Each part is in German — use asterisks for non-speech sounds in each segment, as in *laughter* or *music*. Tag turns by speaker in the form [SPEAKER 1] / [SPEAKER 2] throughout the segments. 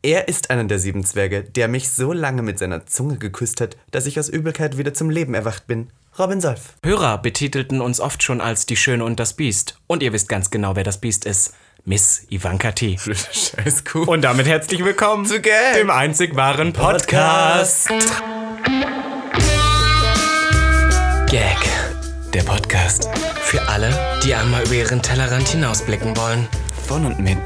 [SPEAKER 1] Er ist einer der sieben Zwerge, der mich so lange mit seiner Zunge geküsst hat, dass ich aus Übelkeit wieder zum Leben erwacht bin. Robin Solf.
[SPEAKER 2] Hörer betitelten uns oft schon als die Schöne und das Biest. Und ihr wisst ganz genau, wer das Biest ist. Miss Ivanka T.
[SPEAKER 1] Scheiß Kuh.
[SPEAKER 2] Und damit herzlich willkommen zu
[SPEAKER 1] Gag.
[SPEAKER 2] dem einzig wahren Podcast. Gag. Der Podcast. Für alle, die einmal über ihren Tellerrand hinausblicken wollen.
[SPEAKER 1] Von und mit.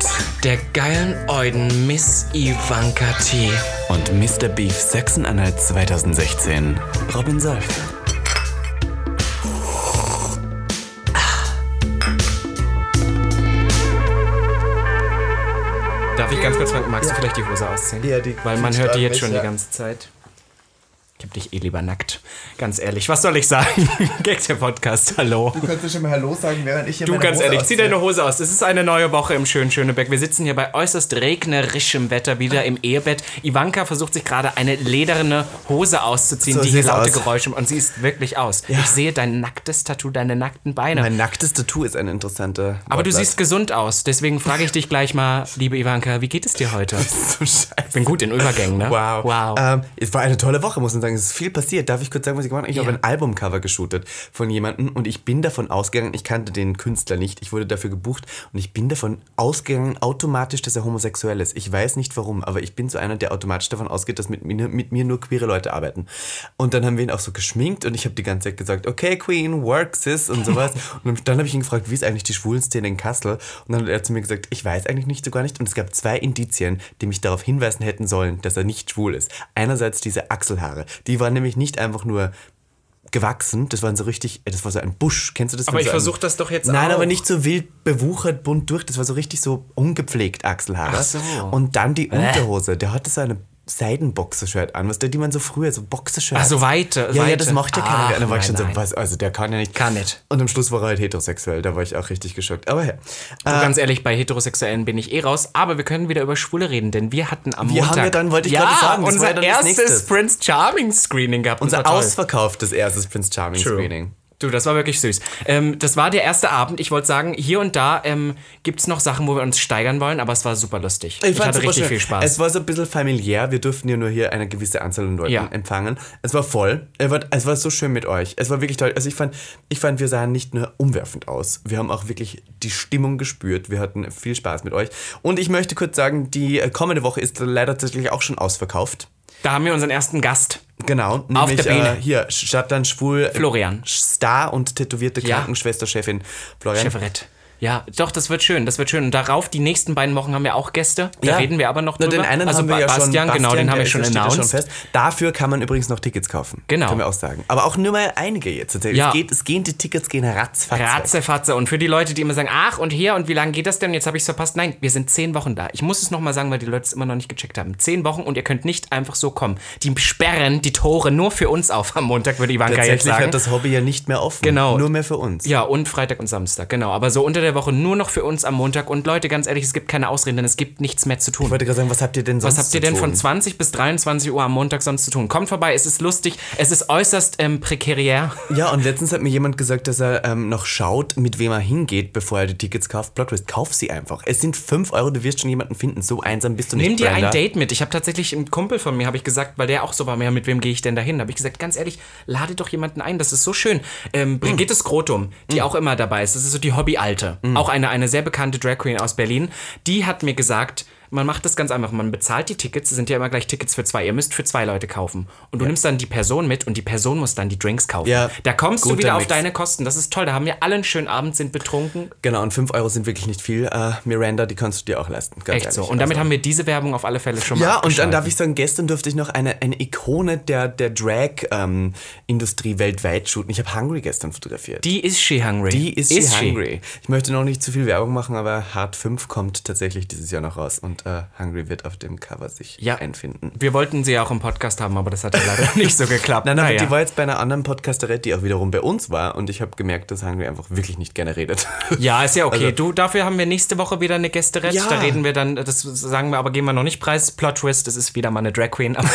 [SPEAKER 2] Der geilen Euden Miss Ivanka T.
[SPEAKER 1] Und Mr. Beef Sachsen-Anhalt 2016. Robin Solf.
[SPEAKER 2] Darf ich ganz kurz fragen, magst du vielleicht die Hose ausziehen?
[SPEAKER 1] Ja, die-
[SPEAKER 2] Weil man
[SPEAKER 1] die
[SPEAKER 2] hört die jetzt
[SPEAKER 1] mich,
[SPEAKER 2] schon
[SPEAKER 1] ja.
[SPEAKER 2] die ganze Zeit. Ich hab dich eh lieber nackt. Ganz ehrlich, was soll ich sagen? *laughs* Gag der Podcast, hallo.
[SPEAKER 3] Du kannst ja schon mal Hallo sagen, während ich hier
[SPEAKER 2] Du,
[SPEAKER 3] meine
[SPEAKER 2] ganz
[SPEAKER 3] Hose
[SPEAKER 2] ehrlich, zieh
[SPEAKER 3] ausziehe.
[SPEAKER 2] deine Hose aus. Es ist eine neue Woche im schönen Schöneberg. Wir sitzen hier bei äußerst regnerischem Wetter wieder im Ehebett. Ivanka versucht sich gerade eine lederne Hose auszuziehen,
[SPEAKER 1] So
[SPEAKER 2] die
[SPEAKER 1] sieht's
[SPEAKER 2] hier
[SPEAKER 1] aus.
[SPEAKER 2] laute Geräusche und sie ist wirklich aus. Ich sehe dein nacktes Tattoo, deine nackten Beine.
[SPEAKER 1] Mein nacktes Tattoo ist eine interessante.
[SPEAKER 2] Aber
[SPEAKER 1] *laughs*
[SPEAKER 2] du siehst gesund aus, deswegen frage ich dich gleich mal, liebe Ivanka, wie geht es
[SPEAKER 1] *laughs*
[SPEAKER 2] dir heute?
[SPEAKER 1] so scheiße.
[SPEAKER 2] Bin gut in Übergängen, ne?
[SPEAKER 1] Wow.
[SPEAKER 2] Wow.
[SPEAKER 1] Ähm, es war eine tolle Woche, muss man sagen. Es ist viel passiert. Darf ich kurz sagen, was ich gemacht habe? Ich
[SPEAKER 2] Ja.
[SPEAKER 1] habe ein Albumcover geshootet von jemandem und ich bin davon ausgegangen, ich kannte den Künstler nicht. Ich wurde dafür gebucht und ich bin davon ausgegangen, automatisch, dass er homosexuell ist. Ich weiß nicht warum, aber ich bin so einer, der automatisch davon ausgeht, dass mit mir, mit mir nur queere Leute arbeiten. Und dann haben wir ihn auch so geschminkt und ich habe die ganze Zeit gesagt, okay, Queen, work, sis und sowas. und dann habe ich ihn gefragt, wie ist eigentlich die Schwulenszene in Kassel? Und dann hat er zu mir gesagt, ich weiß eigentlich nicht so gar nicht. Und es gab zwei Indizien, die mich darauf hinweisen hätten sollen, dass er nicht schwul ist. Einerseits diese Achselhaare. Die waren nämlich nicht einfach nur gewachsen, das waren so richtig, äh, das war so ein Busch, kennst du das?
[SPEAKER 2] Aber
[SPEAKER 1] Wenn
[SPEAKER 2] ich
[SPEAKER 1] so ein-
[SPEAKER 2] versuch das doch jetzt
[SPEAKER 1] Nein,
[SPEAKER 2] auch.
[SPEAKER 1] aber nicht so wild bewuchert, bunt durch, das war so richtig so ungepflegt Achselhaare.
[SPEAKER 2] Ach so. Äh.
[SPEAKER 1] Und dann die Unterhose, der hatte so eine Seidenboxershirt an, was der, die man so früher, so Boxershirt.
[SPEAKER 2] Ach, so weite,
[SPEAKER 1] Ja, ja,
[SPEAKER 2] weite.
[SPEAKER 1] das mochte
[SPEAKER 2] Ach,
[SPEAKER 1] keiner. Da war ich schon
[SPEAKER 2] nein,
[SPEAKER 1] so,
[SPEAKER 2] nein.
[SPEAKER 1] was, also der kann ja nicht.
[SPEAKER 2] Kann nicht.
[SPEAKER 1] Und am Schluss war er halt heterosexuell, da war ich auch richtig geschockt. Aber hey.
[SPEAKER 2] Du,
[SPEAKER 1] äh,
[SPEAKER 2] ganz ehrlich, bei Heterosexuellen bin ich eh raus, aber wir können wieder über Schwule reden, denn wir hatten am
[SPEAKER 1] Wir haben
[SPEAKER 2] Montag...
[SPEAKER 1] ja dann, wollte ich
[SPEAKER 2] ja,
[SPEAKER 1] gerade sagen, das war
[SPEAKER 2] unser
[SPEAKER 1] ja dann das
[SPEAKER 2] erstes
[SPEAKER 1] Nächste.
[SPEAKER 2] Prince Charming Screening gehabt. und
[SPEAKER 1] unser
[SPEAKER 2] war toll.
[SPEAKER 1] Also, ausverkauftes erstes Prince Charming
[SPEAKER 2] True.
[SPEAKER 1] Screening.
[SPEAKER 2] Du, das war wirklich süß. Ähm, das war der erste Abend. Ich wollte sagen, hier und da ähm, gibt es noch Sachen, wo wir uns steigern wollen, aber es war super lustig. Ich,
[SPEAKER 1] fand's
[SPEAKER 2] hatte
[SPEAKER 1] super
[SPEAKER 2] richtig
[SPEAKER 1] schön.
[SPEAKER 2] viel Spaß.
[SPEAKER 1] Es war so ein bisschen familiär. Wir durften ja nur hier eine gewisse Anzahl an Leuten
[SPEAKER 2] Ja.
[SPEAKER 1] empfangen. Es war voll. Es war, es war so schön mit euch. Es war wirklich toll. Also ich fand, ich fand, wir sahen nicht nur umwerfend aus. Wir haben auch wirklich die Stimmung gespürt. Wir hatten viel Spaß mit euch. Und ich möchte kurz sagen, die äh, kommende Woche ist leider tatsächlich auch schon ausverkauft.
[SPEAKER 2] da haben wir unseren ersten Gast.
[SPEAKER 1] Genau,
[SPEAKER 2] Auf
[SPEAKER 1] nämlich
[SPEAKER 2] der Bühne.
[SPEAKER 1] Äh, hier Stadtland Schwul äh,
[SPEAKER 2] Florian.
[SPEAKER 1] Star und tätowierte
[SPEAKER 2] Ja.
[SPEAKER 1] Krankenschwesterchefin Florian.
[SPEAKER 2] Chevrett. Ja, doch, das wird schön, das wird schön. Und darauf, die nächsten beiden Wochen haben wir auch Gäste. Da
[SPEAKER 1] Ja.
[SPEAKER 2] reden wir aber noch
[SPEAKER 1] Na,
[SPEAKER 2] drüber.
[SPEAKER 1] Den einen
[SPEAKER 2] also
[SPEAKER 1] haben wir
[SPEAKER 2] Ba-
[SPEAKER 1] ja schon,
[SPEAKER 2] Bastian, genau, den
[SPEAKER 1] der
[SPEAKER 2] haben wir
[SPEAKER 1] ist-
[SPEAKER 2] schon
[SPEAKER 1] steht ja
[SPEAKER 2] announced.
[SPEAKER 1] fest. Dafür kann man übrigens noch Tickets kaufen.
[SPEAKER 2] Genau.
[SPEAKER 1] Können wir auch sagen. Aber auch nur mal einige jetzt. tatsächlich.
[SPEAKER 2] Ja.
[SPEAKER 1] Es, geht, es gehen die Tickets gehen ratzfatz. weg.
[SPEAKER 2] Ratzefatze. Und für die Leute, die immer sagen, ach und hier und wie lange geht das denn? Jetzt habe ich es verpasst. Nein, wir sind zehn Wochen da. Ich muss es nochmal sagen, weil die Leute es immer noch nicht gecheckt haben. Zehn Wochen und ihr könnt nicht einfach so kommen. Die sperren die Tore nur für uns auf am Montag, würde Ivanka jetzt
[SPEAKER 1] Tatsächlich
[SPEAKER 2] sagen.
[SPEAKER 1] hat das Hobby ja nicht mehr offen.
[SPEAKER 2] Genau.
[SPEAKER 1] Nur mehr für uns.
[SPEAKER 2] ja, und Freitag und Samstag, genau. Aber so unter der Woche nur noch für uns am Montag. Und Leute, ganz ehrlich, es gibt keine Ausreden, denn es gibt nichts mehr zu tun.
[SPEAKER 1] Ich wollte gerade sagen, was habt ihr denn sonst
[SPEAKER 2] Was habt ihr
[SPEAKER 1] zu
[SPEAKER 2] denn
[SPEAKER 1] tun?
[SPEAKER 2] von 20 bis 23 Uhr am Montag sonst zu tun? Kommt vorbei, es ist lustig, es ist äußerst ähm, prekär.
[SPEAKER 1] Ja, und letztens hat mir jemand gesagt, dass er ähm, noch schaut, mit wem er hingeht, bevor er die Tickets kauft. Plot Twist, kauf sie einfach. Es sind 5 Euro, du wirst schon jemanden finden. So einsam bist du nicht,
[SPEAKER 2] Nimm dir
[SPEAKER 1] Brenda.
[SPEAKER 2] ein Date mit. Ich habe tatsächlich einen Kumpel von mir, habe ich gesagt, weil der auch so war, ja, mit wem gehe ich denn dahin? Habe ich gesagt, ganz ehrlich, lade doch jemanden ein, das ist so schön. Ähm, Brigitte
[SPEAKER 1] Hm.
[SPEAKER 2] Skrotum, die auch immer dabei ist, das ist so die Hobbyalte, auch eine, eine sehr bekannte Drag Queen aus Berlin, die hat mir gesagt, man macht das ganz einfach, man bezahlt die Tickets, das sind ja immer gleich Tickets für zwei, ihr müsst für zwei Leute kaufen. Und du nimmst dann die Person mit und die Person muss dann die Drinks kaufen.
[SPEAKER 1] Ja,
[SPEAKER 2] Da kommst du
[SPEAKER 1] guter
[SPEAKER 2] wieder auf
[SPEAKER 1] Mix.
[SPEAKER 2] deine Kosten, das ist toll, da haben wir alle einen schönen Abend, sind betrunken,
[SPEAKER 1] Genau, und 5 Euro sind wirklich nicht viel. Äh, Miranda, die kannst du dir auch leisten. Ganz
[SPEAKER 2] echt so.
[SPEAKER 1] ehrlich.
[SPEAKER 2] Und damit haben wir diese Werbung auf alle Fälle schon mal
[SPEAKER 1] Ja, und dann
[SPEAKER 2] abgeschaltet.
[SPEAKER 1] darf ich sagen, gestern durfte ich noch eine, eine Ikone der, der Drag-Industrie weltweit shooten. Ich habe Hungry gestern fotografiert.
[SPEAKER 2] Die ist she hungry.
[SPEAKER 1] Die ist, she Hungry. Ich möchte noch nicht zu viel Werbung machen, aber Hard 5 kommt tatsächlich dieses Jahr noch raus und äh, Hungry wird auf dem Cover sich
[SPEAKER 2] Ja.
[SPEAKER 1] einfinden.
[SPEAKER 2] Wir wollten sie ja auch im Podcast haben, aber das hat ja leider *laughs* nicht so geklappt.
[SPEAKER 1] Nein, aber
[SPEAKER 2] Naja.
[SPEAKER 1] die war jetzt bei einer anderen Podcasterette, die auch wiederum bei uns war und ich habe gemerkt, dass Hungry einfach wirklich nicht gerne redet.
[SPEAKER 2] ja, ist ja okay.
[SPEAKER 1] Also-
[SPEAKER 2] du, dafür haben wir nächste Woche wieder eine Gästerin.
[SPEAKER 1] Ja.
[SPEAKER 2] Da reden wir dann, das sagen wir, aber geben wir noch nicht preis. Plot Twist, es ist wieder mal eine Drag Queen. *laughs* Aber-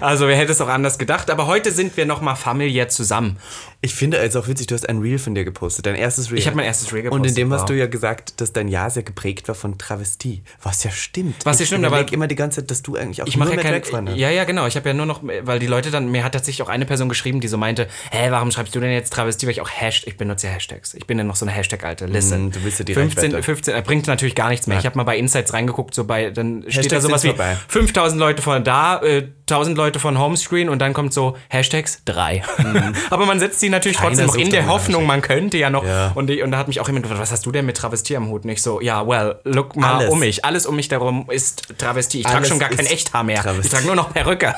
[SPEAKER 2] also wer hätte es auch anders gedacht. Aber heute sind wir nochmal familiär zusammen.
[SPEAKER 1] Ich finde es auch witzig, du hast ein Reel von dir gepostet, dein erstes Reel.
[SPEAKER 2] Ich habe mein erstes Reel
[SPEAKER 1] Und in
[SPEAKER 2] gepostet,
[SPEAKER 1] dem hast
[SPEAKER 2] wow.
[SPEAKER 1] du ja gesagt, dass dein Jahr sehr geprägt war von Travestie, was ja stimmt.
[SPEAKER 2] Was
[SPEAKER 1] ich
[SPEAKER 2] nicht stimmt, aber-
[SPEAKER 1] überleg immer die ganze Zeit, dass du eigentlich auch
[SPEAKER 2] Ich mache
[SPEAKER 1] nur halt.
[SPEAKER 2] ja
[SPEAKER 1] mehr
[SPEAKER 2] keine,
[SPEAKER 1] Drag-Freunde
[SPEAKER 2] ja, ja, genau. Ich habe ja nur noch, weil die Leute dann, mir hat tatsächlich auch eine Person geschrieben, die so meinte, hä, warum schreibst du denn jetzt Travestie, weil ich auch Hashtag, ich benutze ja Hashtags. Ich bin ja noch so eine Hashtag-Alte. Listen.
[SPEAKER 1] Mm, du willst ja die
[SPEAKER 2] 15,
[SPEAKER 1] Reichweite.
[SPEAKER 2] 15, äh, bringt natürlich gar nichts mehr. Ich habe mal bei Insights reingeguckt, so bei, dann steht da
[SPEAKER 1] Hashtags
[SPEAKER 2] sowas wie
[SPEAKER 1] sind vorbei.
[SPEAKER 2] 5000 Leute von da, äh, 1000 Leute von Homescreen und dann kommt so Hashtags 3. *laughs* Aber man setzt die natürlich
[SPEAKER 1] Mhm. Keiner
[SPEAKER 2] trotzdem noch in
[SPEAKER 1] sucht
[SPEAKER 2] der
[SPEAKER 1] darüber
[SPEAKER 2] Hoffnung, man könnte ja noch.
[SPEAKER 1] Ja.
[SPEAKER 2] Und, die, und da hat mich auch jemand gefragt, was hast du denn mit Travestie am Hut? Nicht so, ja, well, look mal
[SPEAKER 1] Alles.
[SPEAKER 2] um mich. Alles um mich darum ist Travestie. Ich trage
[SPEAKER 1] Alles
[SPEAKER 2] schon gar kein
[SPEAKER 1] ist
[SPEAKER 2] Echthaar mehr.
[SPEAKER 1] Travestie.
[SPEAKER 2] Ich trage nur noch
[SPEAKER 1] *laughs*
[SPEAKER 2] Perücke.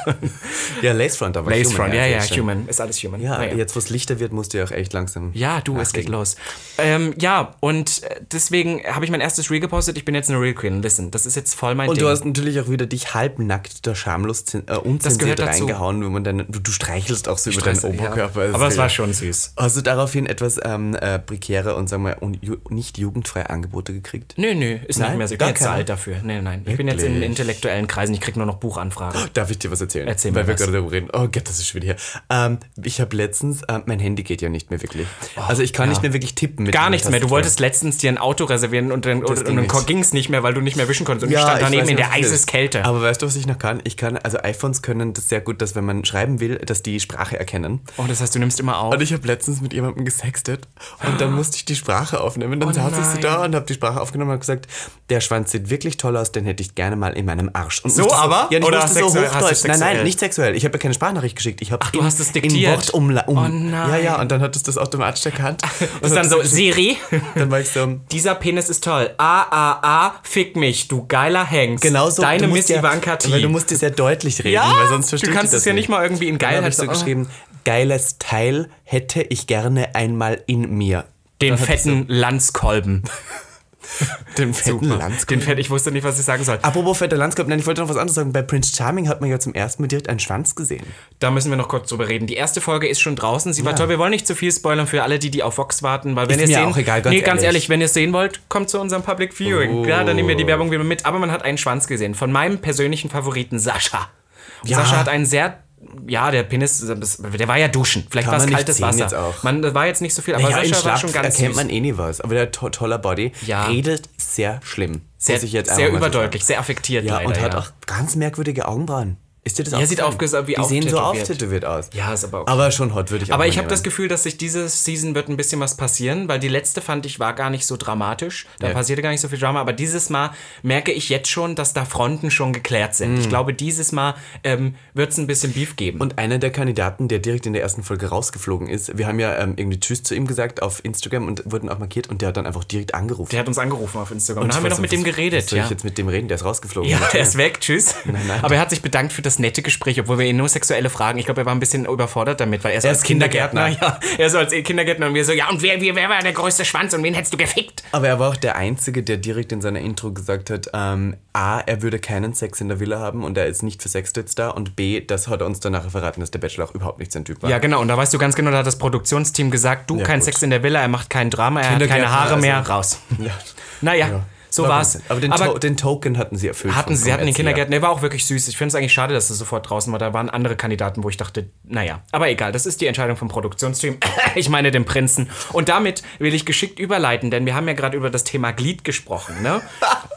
[SPEAKER 1] Ja, Lacefront aber.
[SPEAKER 2] Lacefront, ja, ja,
[SPEAKER 1] sehr schön.
[SPEAKER 2] human. Ist alles human.
[SPEAKER 1] Ja,
[SPEAKER 2] Naja.
[SPEAKER 1] Ah, jetzt wo es lichter wird, musst du ja auch echt langsam.
[SPEAKER 2] Ja, du, es geht los. Ähm, ja, und äh, deswegen habe ich mein erstes Reel gepostet. Ich bin jetzt eine Reel Queen. Listen, das ist jetzt voll mein
[SPEAKER 1] Und
[SPEAKER 2] Ding.
[SPEAKER 1] du hast natürlich auch wieder dich halbnackt da schamlos zin- äh,
[SPEAKER 2] gehört
[SPEAKER 1] unzensiert
[SPEAKER 2] dazu.
[SPEAKER 1] reingehauen, wenn man dann, du, du streichelst auch so über
[SPEAKER 2] Stress-
[SPEAKER 1] deinen Oberkörper.
[SPEAKER 2] Ja. Aber es war
[SPEAKER 1] schon.
[SPEAKER 2] schon süß.
[SPEAKER 1] Hast du daraufhin etwas ähm, äh, prekäre und sagen wir un, ju, nicht jugendfreie Angebote gekriegt?
[SPEAKER 2] Nö, nö, ist
[SPEAKER 1] Nein,
[SPEAKER 2] nicht mehr so. Ich
[SPEAKER 1] gar
[SPEAKER 2] bin jetzt zu
[SPEAKER 1] keine?
[SPEAKER 2] alt dafür. Nee, nein. Ich bin jetzt in
[SPEAKER 1] Wirklich? Oh,
[SPEAKER 2] intellektuellen Kreisen. Ich krieg nur noch Buchanfragen.
[SPEAKER 1] Darf ich dir was erzählen?
[SPEAKER 2] Erzähl mir
[SPEAKER 1] Weil wir
[SPEAKER 2] was.
[SPEAKER 1] gerade darüber reden. Oh Gott, das ist schwer hier. Ähm, ich habe letztens, ähm, mein Handy geht ja nicht mehr wirklich. also ich kann nicht mehr wirklich tippen. Mit
[SPEAKER 2] Gar
[SPEAKER 1] meiner
[SPEAKER 2] nichts mehr. Du
[SPEAKER 1] Tastatur.
[SPEAKER 2] wolltest letztens dir ein Auto reservieren und dann, und,
[SPEAKER 1] ging
[SPEAKER 2] und dann
[SPEAKER 1] nicht.
[SPEAKER 2] ging es nicht mehr, weil du nicht mehr wischen konntest. Und ich stand
[SPEAKER 1] ich
[SPEAKER 2] daneben
[SPEAKER 1] weiß
[SPEAKER 2] in
[SPEAKER 1] nicht,
[SPEAKER 2] der
[SPEAKER 1] was es ist.
[SPEAKER 2] Eiseskälte.
[SPEAKER 1] Aber weißt du, was ich noch kann? Ich kann, also iPhones können das sehr gut, dass wenn man schreiben will, dass die Sprache erkennen.
[SPEAKER 2] Oh, das heißt, du nimmst immer auf.
[SPEAKER 1] Und ich habe letztens mit jemandem gesextet und dann musste ich die Sprache aufnehmen. Dann
[SPEAKER 2] Oh
[SPEAKER 1] saß ich
[SPEAKER 2] nein.
[SPEAKER 1] so da und habe die Sprache aufgenommen und hab gesagt, der Schwanz sieht wirklich toll aus, den hätte ich gerne mal in meinem Arsch. Und
[SPEAKER 2] So
[SPEAKER 1] musste
[SPEAKER 2] aber?
[SPEAKER 1] Ja, und ich
[SPEAKER 2] Oder
[SPEAKER 1] Oder musste so
[SPEAKER 2] sexuell- hast du
[SPEAKER 1] Hochdeutsch. Nein,
[SPEAKER 2] sexuell?
[SPEAKER 1] nein, nicht sexuell. Ich habe ja keine Sprachnachricht geschickt. Ich Ach,
[SPEAKER 2] du hast es diktiert.
[SPEAKER 1] In Wort um, um.
[SPEAKER 2] Oh nein.
[SPEAKER 1] Ja, ja, und dann hat es das automatisch erkannt.
[SPEAKER 2] *laughs* Das ist dann so, Siri,
[SPEAKER 1] *laughs* Dann war also ich so...
[SPEAKER 2] dieser Penis ist toll. Ah, ah, ah, fick mich, du geiler Hengst.
[SPEAKER 1] Genauso,
[SPEAKER 2] Deine
[SPEAKER 1] du
[SPEAKER 2] Miss
[SPEAKER 1] musst ja,
[SPEAKER 2] Ivanka T.
[SPEAKER 1] Weil du musst es ja deutlich reden,
[SPEAKER 2] ja,
[SPEAKER 1] weil sonst versteht
[SPEAKER 2] du kannst
[SPEAKER 1] die das
[SPEAKER 2] es ja nicht mal irgendwie in
[SPEAKER 1] Dann
[SPEAKER 2] geil
[SPEAKER 1] habe ich so geschrieben, geiles Teil hätte ich gerne einmal in mir.
[SPEAKER 2] Den fetten Landskolben.
[SPEAKER 1] *laughs* Den fetten
[SPEAKER 2] Den fett, ich wusste nicht, was ich sagen soll.
[SPEAKER 1] Apropos fetter Landskorb, nein, ich wollte noch was anderes sagen. Bei Prince Charming hat man ja zum ersten Mal direkt einen Schwanz gesehen.
[SPEAKER 2] Da müssen wir noch kurz drüber reden. Die erste Folge ist schon draußen. Sie war
[SPEAKER 1] Ja.
[SPEAKER 2] toll. Wir wollen nicht zu viel spoilern für alle, die, die auf Vox warten, weil wenn ihr
[SPEAKER 1] Ist mir
[SPEAKER 2] sehen,
[SPEAKER 1] auch egal, ganz
[SPEAKER 2] nee, ganz
[SPEAKER 1] ehrlich.
[SPEAKER 2] ehrlich, wenn ihr es sehen wollt, kommt zu unserem Public Viewing.
[SPEAKER 1] Oh.
[SPEAKER 2] Ja, dann nehmen wir die Werbung wieder mit. Aber man hat einen Schwanz gesehen von meinem persönlichen Favoriten Sascha. Und
[SPEAKER 1] Ja.
[SPEAKER 2] Sascha hat einen sehr ja, der Penis, das- der war ja duschen. Vielleicht
[SPEAKER 1] Kann
[SPEAKER 2] war es
[SPEAKER 1] man nicht
[SPEAKER 2] kaltes
[SPEAKER 1] sehen
[SPEAKER 2] Wasser.
[SPEAKER 1] jetzt auch.
[SPEAKER 2] Man das war jetzt nicht so viel, aber
[SPEAKER 1] ja,
[SPEAKER 2] Sascha war
[SPEAKER 1] Schlaf
[SPEAKER 2] schon ganz
[SPEAKER 1] erkennt
[SPEAKER 2] süß.
[SPEAKER 1] man eh nie was. Aber der to toller Body
[SPEAKER 2] Ja.
[SPEAKER 1] redet sehr schlimm.
[SPEAKER 2] sehr,
[SPEAKER 1] muss ich jetzt
[SPEAKER 2] sehr
[SPEAKER 1] einfach mal so
[SPEAKER 2] überdeutlich, sehr affektiert
[SPEAKER 1] sagen. Ja,
[SPEAKER 2] leider.
[SPEAKER 1] und hat
[SPEAKER 2] ja.
[SPEAKER 1] auch ganz merkwürdige Augenbrauen. Ist dir das
[SPEAKER 2] Ja, sieht
[SPEAKER 1] aufgefallen?
[SPEAKER 2] aufges- wie
[SPEAKER 1] Die sehen so auftätowiert
[SPEAKER 2] auftätowiert.
[SPEAKER 1] aus.
[SPEAKER 2] Ja, ist aber okay.
[SPEAKER 1] Aber schon hot würde ich auch
[SPEAKER 2] Aber
[SPEAKER 1] mal
[SPEAKER 2] ich habe
[SPEAKER 1] nehmen.
[SPEAKER 2] das Gefühl, dass sich diese Season wird ein bisschen was passieren, weil die letzte fand ich war gar nicht so dramatisch. Da
[SPEAKER 1] Nee.
[SPEAKER 2] passierte gar nicht so viel Drama. Aber dieses Mal merke ich jetzt schon, dass da Fronten schon geklärt sind. Ich glaube, dieses Mal ähm, wird es ein bisschen Beef geben.
[SPEAKER 1] Mm. Und einer der Kandidaten, der direkt in der ersten Folge rausgeflogen ist, wir haben ja ähm, irgendwie Tschüss zu ihm gesagt auf Instagram und wurden auch markiert und der hat dann einfach direkt angerufen.
[SPEAKER 2] der hat uns angerufen auf Instagram. Und
[SPEAKER 1] Und
[SPEAKER 2] dann haben
[SPEAKER 1] ich
[SPEAKER 2] wir
[SPEAKER 1] weiß
[SPEAKER 2] noch mit
[SPEAKER 1] nicht,
[SPEAKER 2] dem
[SPEAKER 1] was-
[SPEAKER 2] geredet.
[SPEAKER 1] Was soll
[SPEAKER 2] Ja.
[SPEAKER 1] ich jetzt mit dem reden? Der ist rausgeflogen.
[SPEAKER 2] *laughs* ja,
[SPEAKER 1] Natürlich.
[SPEAKER 2] er ist weg, tschüss.
[SPEAKER 1] nein.
[SPEAKER 2] Aber er hat sich bedankt für das nette Gespräch, obwohl wir ihn nur sexuelle Fragen. Ich glaube, er war ein bisschen überfordert damit, weil er so
[SPEAKER 1] Er
[SPEAKER 2] als
[SPEAKER 1] ist
[SPEAKER 2] Kindergärtner, *laughs*
[SPEAKER 1] Kindergärtner.
[SPEAKER 2] ja, er so als eh Kindergärtner und wir so, ja, und wer, wer, wer war der größte Schwanz und wen hättest du gefickt?
[SPEAKER 1] Aber er war auch der Einzige, der direkt in seiner Intro gesagt hat, ähm, A, er würde keinen Sex in der Villa haben und er ist nicht für Sextits da und B, das hat er uns danach verraten, dass der Bachelor auch überhaupt nicht sein Typ war.
[SPEAKER 2] Ja, genau. Und da weißt du ganz genau, da hat das Produktionsteam gesagt, du, kein
[SPEAKER 1] gut.
[SPEAKER 2] Sex in der Villa, er macht keinen Drama, er hat keine
[SPEAKER 1] Kindergärtner,
[SPEAKER 2] Haare mehr,
[SPEAKER 1] also-
[SPEAKER 2] raus.
[SPEAKER 1] *laughs* Ja.
[SPEAKER 2] Naja,
[SPEAKER 1] Ja.
[SPEAKER 2] so war's.
[SPEAKER 1] Wahnsinn. Aber, den, to den Token hatten sie erfüllt.
[SPEAKER 2] hatten
[SPEAKER 1] vom-
[SPEAKER 2] sie,
[SPEAKER 1] vom
[SPEAKER 2] hatten den
[SPEAKER 1] Erzieher.
[SPEAKER 2] Kindergärten, der war auch wirklich süß. Ich finde es eigentlich schade, dass es sofort draußen war. Da waren andere Kandidaten, wo ich dachte, naja, aber egal, das ist die Entscheidung vom Produktionsteam. *coughs* ich meine den Prinzen. Und damit will ich geschickt überleiten, denn wir haben ja gerade über das Thema Glied
[SPEAKER 1] *laughs*
[SPEAKER 2] gesprochen, ne?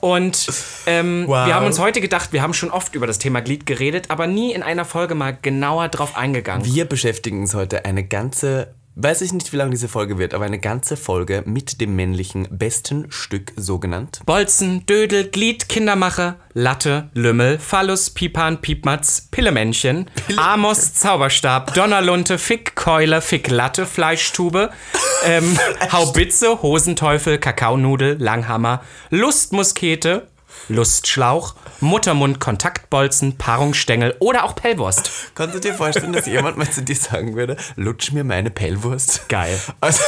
[SPEAKER 2] Und ähm, wir haben uns heute gedacht, wir haben schon oft über das Thema Glied geredet, aber nie in einer Folge mal genauer drauf eingegangen.
[SPEAKER 1] Wir beschäftigen uns heute eine ganze, weiß ich nicht, wie lang diese Folge wird, aber eine ganze Folge mit dem männlichen besten Stück, so genannt.
[SPEAKER 2] Bolzen, Dödel, Glied, Kindermache, Latte, Lümmel, Phallus, Pipan, Piepmatz, Pillemännchen, Amos, Zauberstab, Donnerlunte, Fickkeule, Ficklatte, Fleischtube, ähm, Haubitze, Hosenteufel, Kakaonudel, Langhammer, Lustmuskete, Lustschlauch, Muttermund, Kontaktbolzen, Paarungsstängel oder auch Pellwurst.
[SPEAKER 1] Kannst du dir vorstellen, dass jemand mal zu dir sagen würde, lutsch mir meine Pellwurst?
[SPEAKER 2] Geil.
[SPEAKER 1] Also,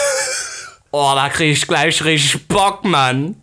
[SPEAKER 2] Oh, da krieg ich gleich richtig Bock, Mann.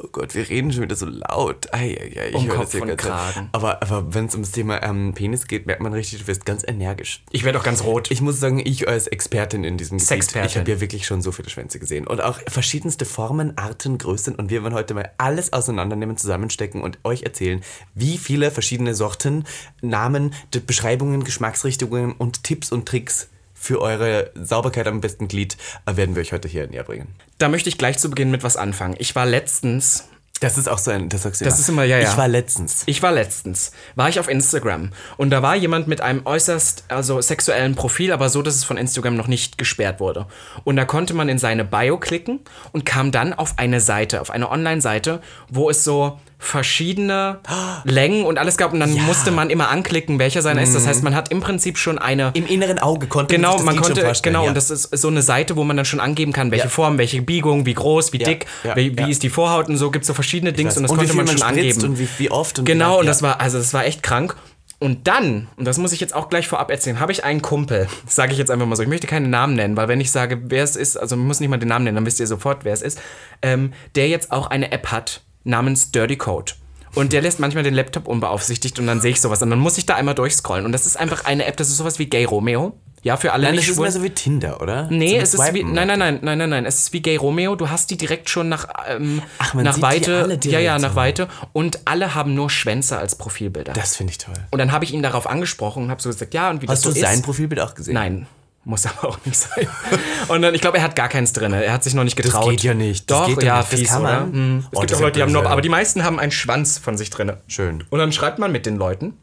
[SPEAKER 1] Oh Gott, wir reden schon wieder so laut. Ei, ei, ei, ich
[SPEAKER 2] Um
[SPEAKER 1] höre
[SPEAKER 2] Kopf
[SPEAKER 1] das ja
[SPEAKER 2] und
[SPEAKER 1] ganz laut.
[SPEAKER 2] Kragen.
[SPEAKER 1] Aber, aber wenn es ums Thema ähm, Penis geht, merkt man richtig, du wirst ganz energisch.
[SPEAKER 2] Ich werde auch ganz rot.
[SPEAKER 1] Ich muss sagen, ich als Expertin in diesem
[SPEAKER 2] Sexpertin.
[SPEAKER 1] Gebiet, ich habe ja wirklich schon so viele Schwänze gesehen. Und auch verschiedenste Formen, Arten, Größen. Und wir werden heute mal alles auseinandernehmen, zusammenstecken und euch erzählen, wie viele verschiedene Sorten, Namen, D- Beschreibungen, Geschmacksrichtungen und Tipps und Tricks für eure Sauberkeit am besten Glied äh, werden wir euch heute hier näher bringen.
[SPEAKER 2] Da möchte ich gleich zu Beginn mit was anfangen. Ich war letztens
[SPEAKER 1] Das ist auch so ein, das sagst du
[SPEAKER 2] Das ist immer- ja, ja.
[SPEAKER 1] Ich war letztens.
[SPEAKER 2] Ich war letztens, war ich auf Instagram und da war jemand mit einem äußerst also sexuellen Profil, aber so, dass es von Instagram noch nicht gesperrt wurde. Und da konnte man in seine Bio klicken und kam dann auf eine Seite, auf eine Online-Seite, wo es so verschiedene Längen und alles gab und dann musste man immer anklicken, welcher seiner ist. Das heißt, man hat im Prinzip schon eine
[SPEAKER 1] Mhm. Im inneren Auge konnte
[SPEAKER 2] Genau,
[SPEAKER 1] sich das
[SPEAKER 2] man
[SPEAKER 1] Lied schon
[SPEAKER 2] konnte,
[SPEAKER 1] vorstellen,
[SPEAKER 2] genau,
[SPEAKER 1] ja.
[SPEAKER 2] und das ist so eine Seite, wo man dann schon angeben kann, welche
[SPEAKER 1] Ja.
[SPEAKER 2] Form, welche Biegung, wie groß, wie dick,
[SPEAKER 1] ja,
[SPEAKER 2] wie, wie
[SPEAKER 1] ja.
[SPEAKER 2] ist die Vorhaut und so, gibt so verschiedene Dings und das
[SPEAKER 1] wie
[SPEAKER 2] konnte
[SPEAKER 1] viel
[SPEAKER 2] man schon
[SPEAKER 1] spritzt
[SPEAKER 2] angeben.
[SPEAKER 1] Und wie, wie oft und
[SPEAKER 2] Genau,
[SPEAKER 1] wie
[SPEAKER 2] und
[SPEAKER 1] ja.
[SPEAKER 2] das war, also das war echt krank. Und dann, und das muss ich jetzt auch gleich vorab erzählen, habe ich einen Kumpel, *laughs* sage ich jetzt einfach mal so, ich möchte keinen Namen nennen, weil wenn ich sage, wer es ist, also ich muss nicht mal den Namen nennen, dann wisst ihr sofort, wer es ist, ähm, der jetzt auch eine App hat namens Dirty Code. Und der lässt manchmal den Laptop unbeaufsichtigt und dann sehe ich sowas und dann muss ich da einmal durchscrollen. Und das ist einfach eine App, das ist sowas wie Gay Romeo. Ja, für alle
[SPEAKER 1] Nein, das
[SPEAKER 2] nicht
[SPEAKER 1] ist
[SPEAKER 2] schwulen.
[SPEAKER 1] mehr so wie Tinder, oder?
[SPEAKER 2] Nee,
[SPEAKER 1] so Hm,
[SPEAKER 2] es ist wie.
[SPEAKER 1] Swipen.
[SPEAKER 2] Nein, nein, nein, nein, nein, nein. Es ist wie Gay Romeo. Du hast die direkt schon nach, ähm,
[SPEAKER 1] Ach, man
[SPEAKER 2] nach
[SPEAKER 1] sieht die
[SPEAKER 2] Weite.
[SPEAKER 1] alle direkt.
[SPEAKER 2] ja, ja, nach Weite. Und alle haben nur Schwänze als Profilbilder.
[SPEAKER 1] Das finde ich toll.
[SPEAKER 2] und dann habe ich ihn darauf angesprochen und habe so gesagt, ja, und wie
[SPEAKER 1] Hast du
[SPEAKER 2] das so
[SPEAKER 1] sein
[SPEAKER 2] ist.
[SPEAKER 1] Profilbild auch gesehen?
[SPEAKER 2] Nein. Muss aber auch nicht sein. Und dann, ich glaube, er hat gar keins drin. Er hat sich noch nicht getraut.
[SPEAKER 1] geht ja nicht. Das
[SPEAKER 2] Doch,
[SPEAKER 1] geht doch
[SPEAKER 2] ja,
[SPEAKER 1] nicht. Das
[SPEAKER 2] fies,
[SPEAKER 1] kann
[SPEAKER 2] oder?
[SPEAKER 1] man.
[SPEAKER 2] Mhm. Es
[SPEAKER 1] Oh,
[SPEAKER 2] gibt
[SPEAKER 1] das
[SPEAKER 2] auch Leute, die
[SPEAKER 1] ist
[SPEAKER 2] haben noch,
[SPEAKER 1] blöd.
[SPEAKER 2] aber die meisten haben einen Schwanz von sich drin.
[SPEAKER 1] Schön.
[SPEAKER 2] Und dann schreibt man mit den Leuten.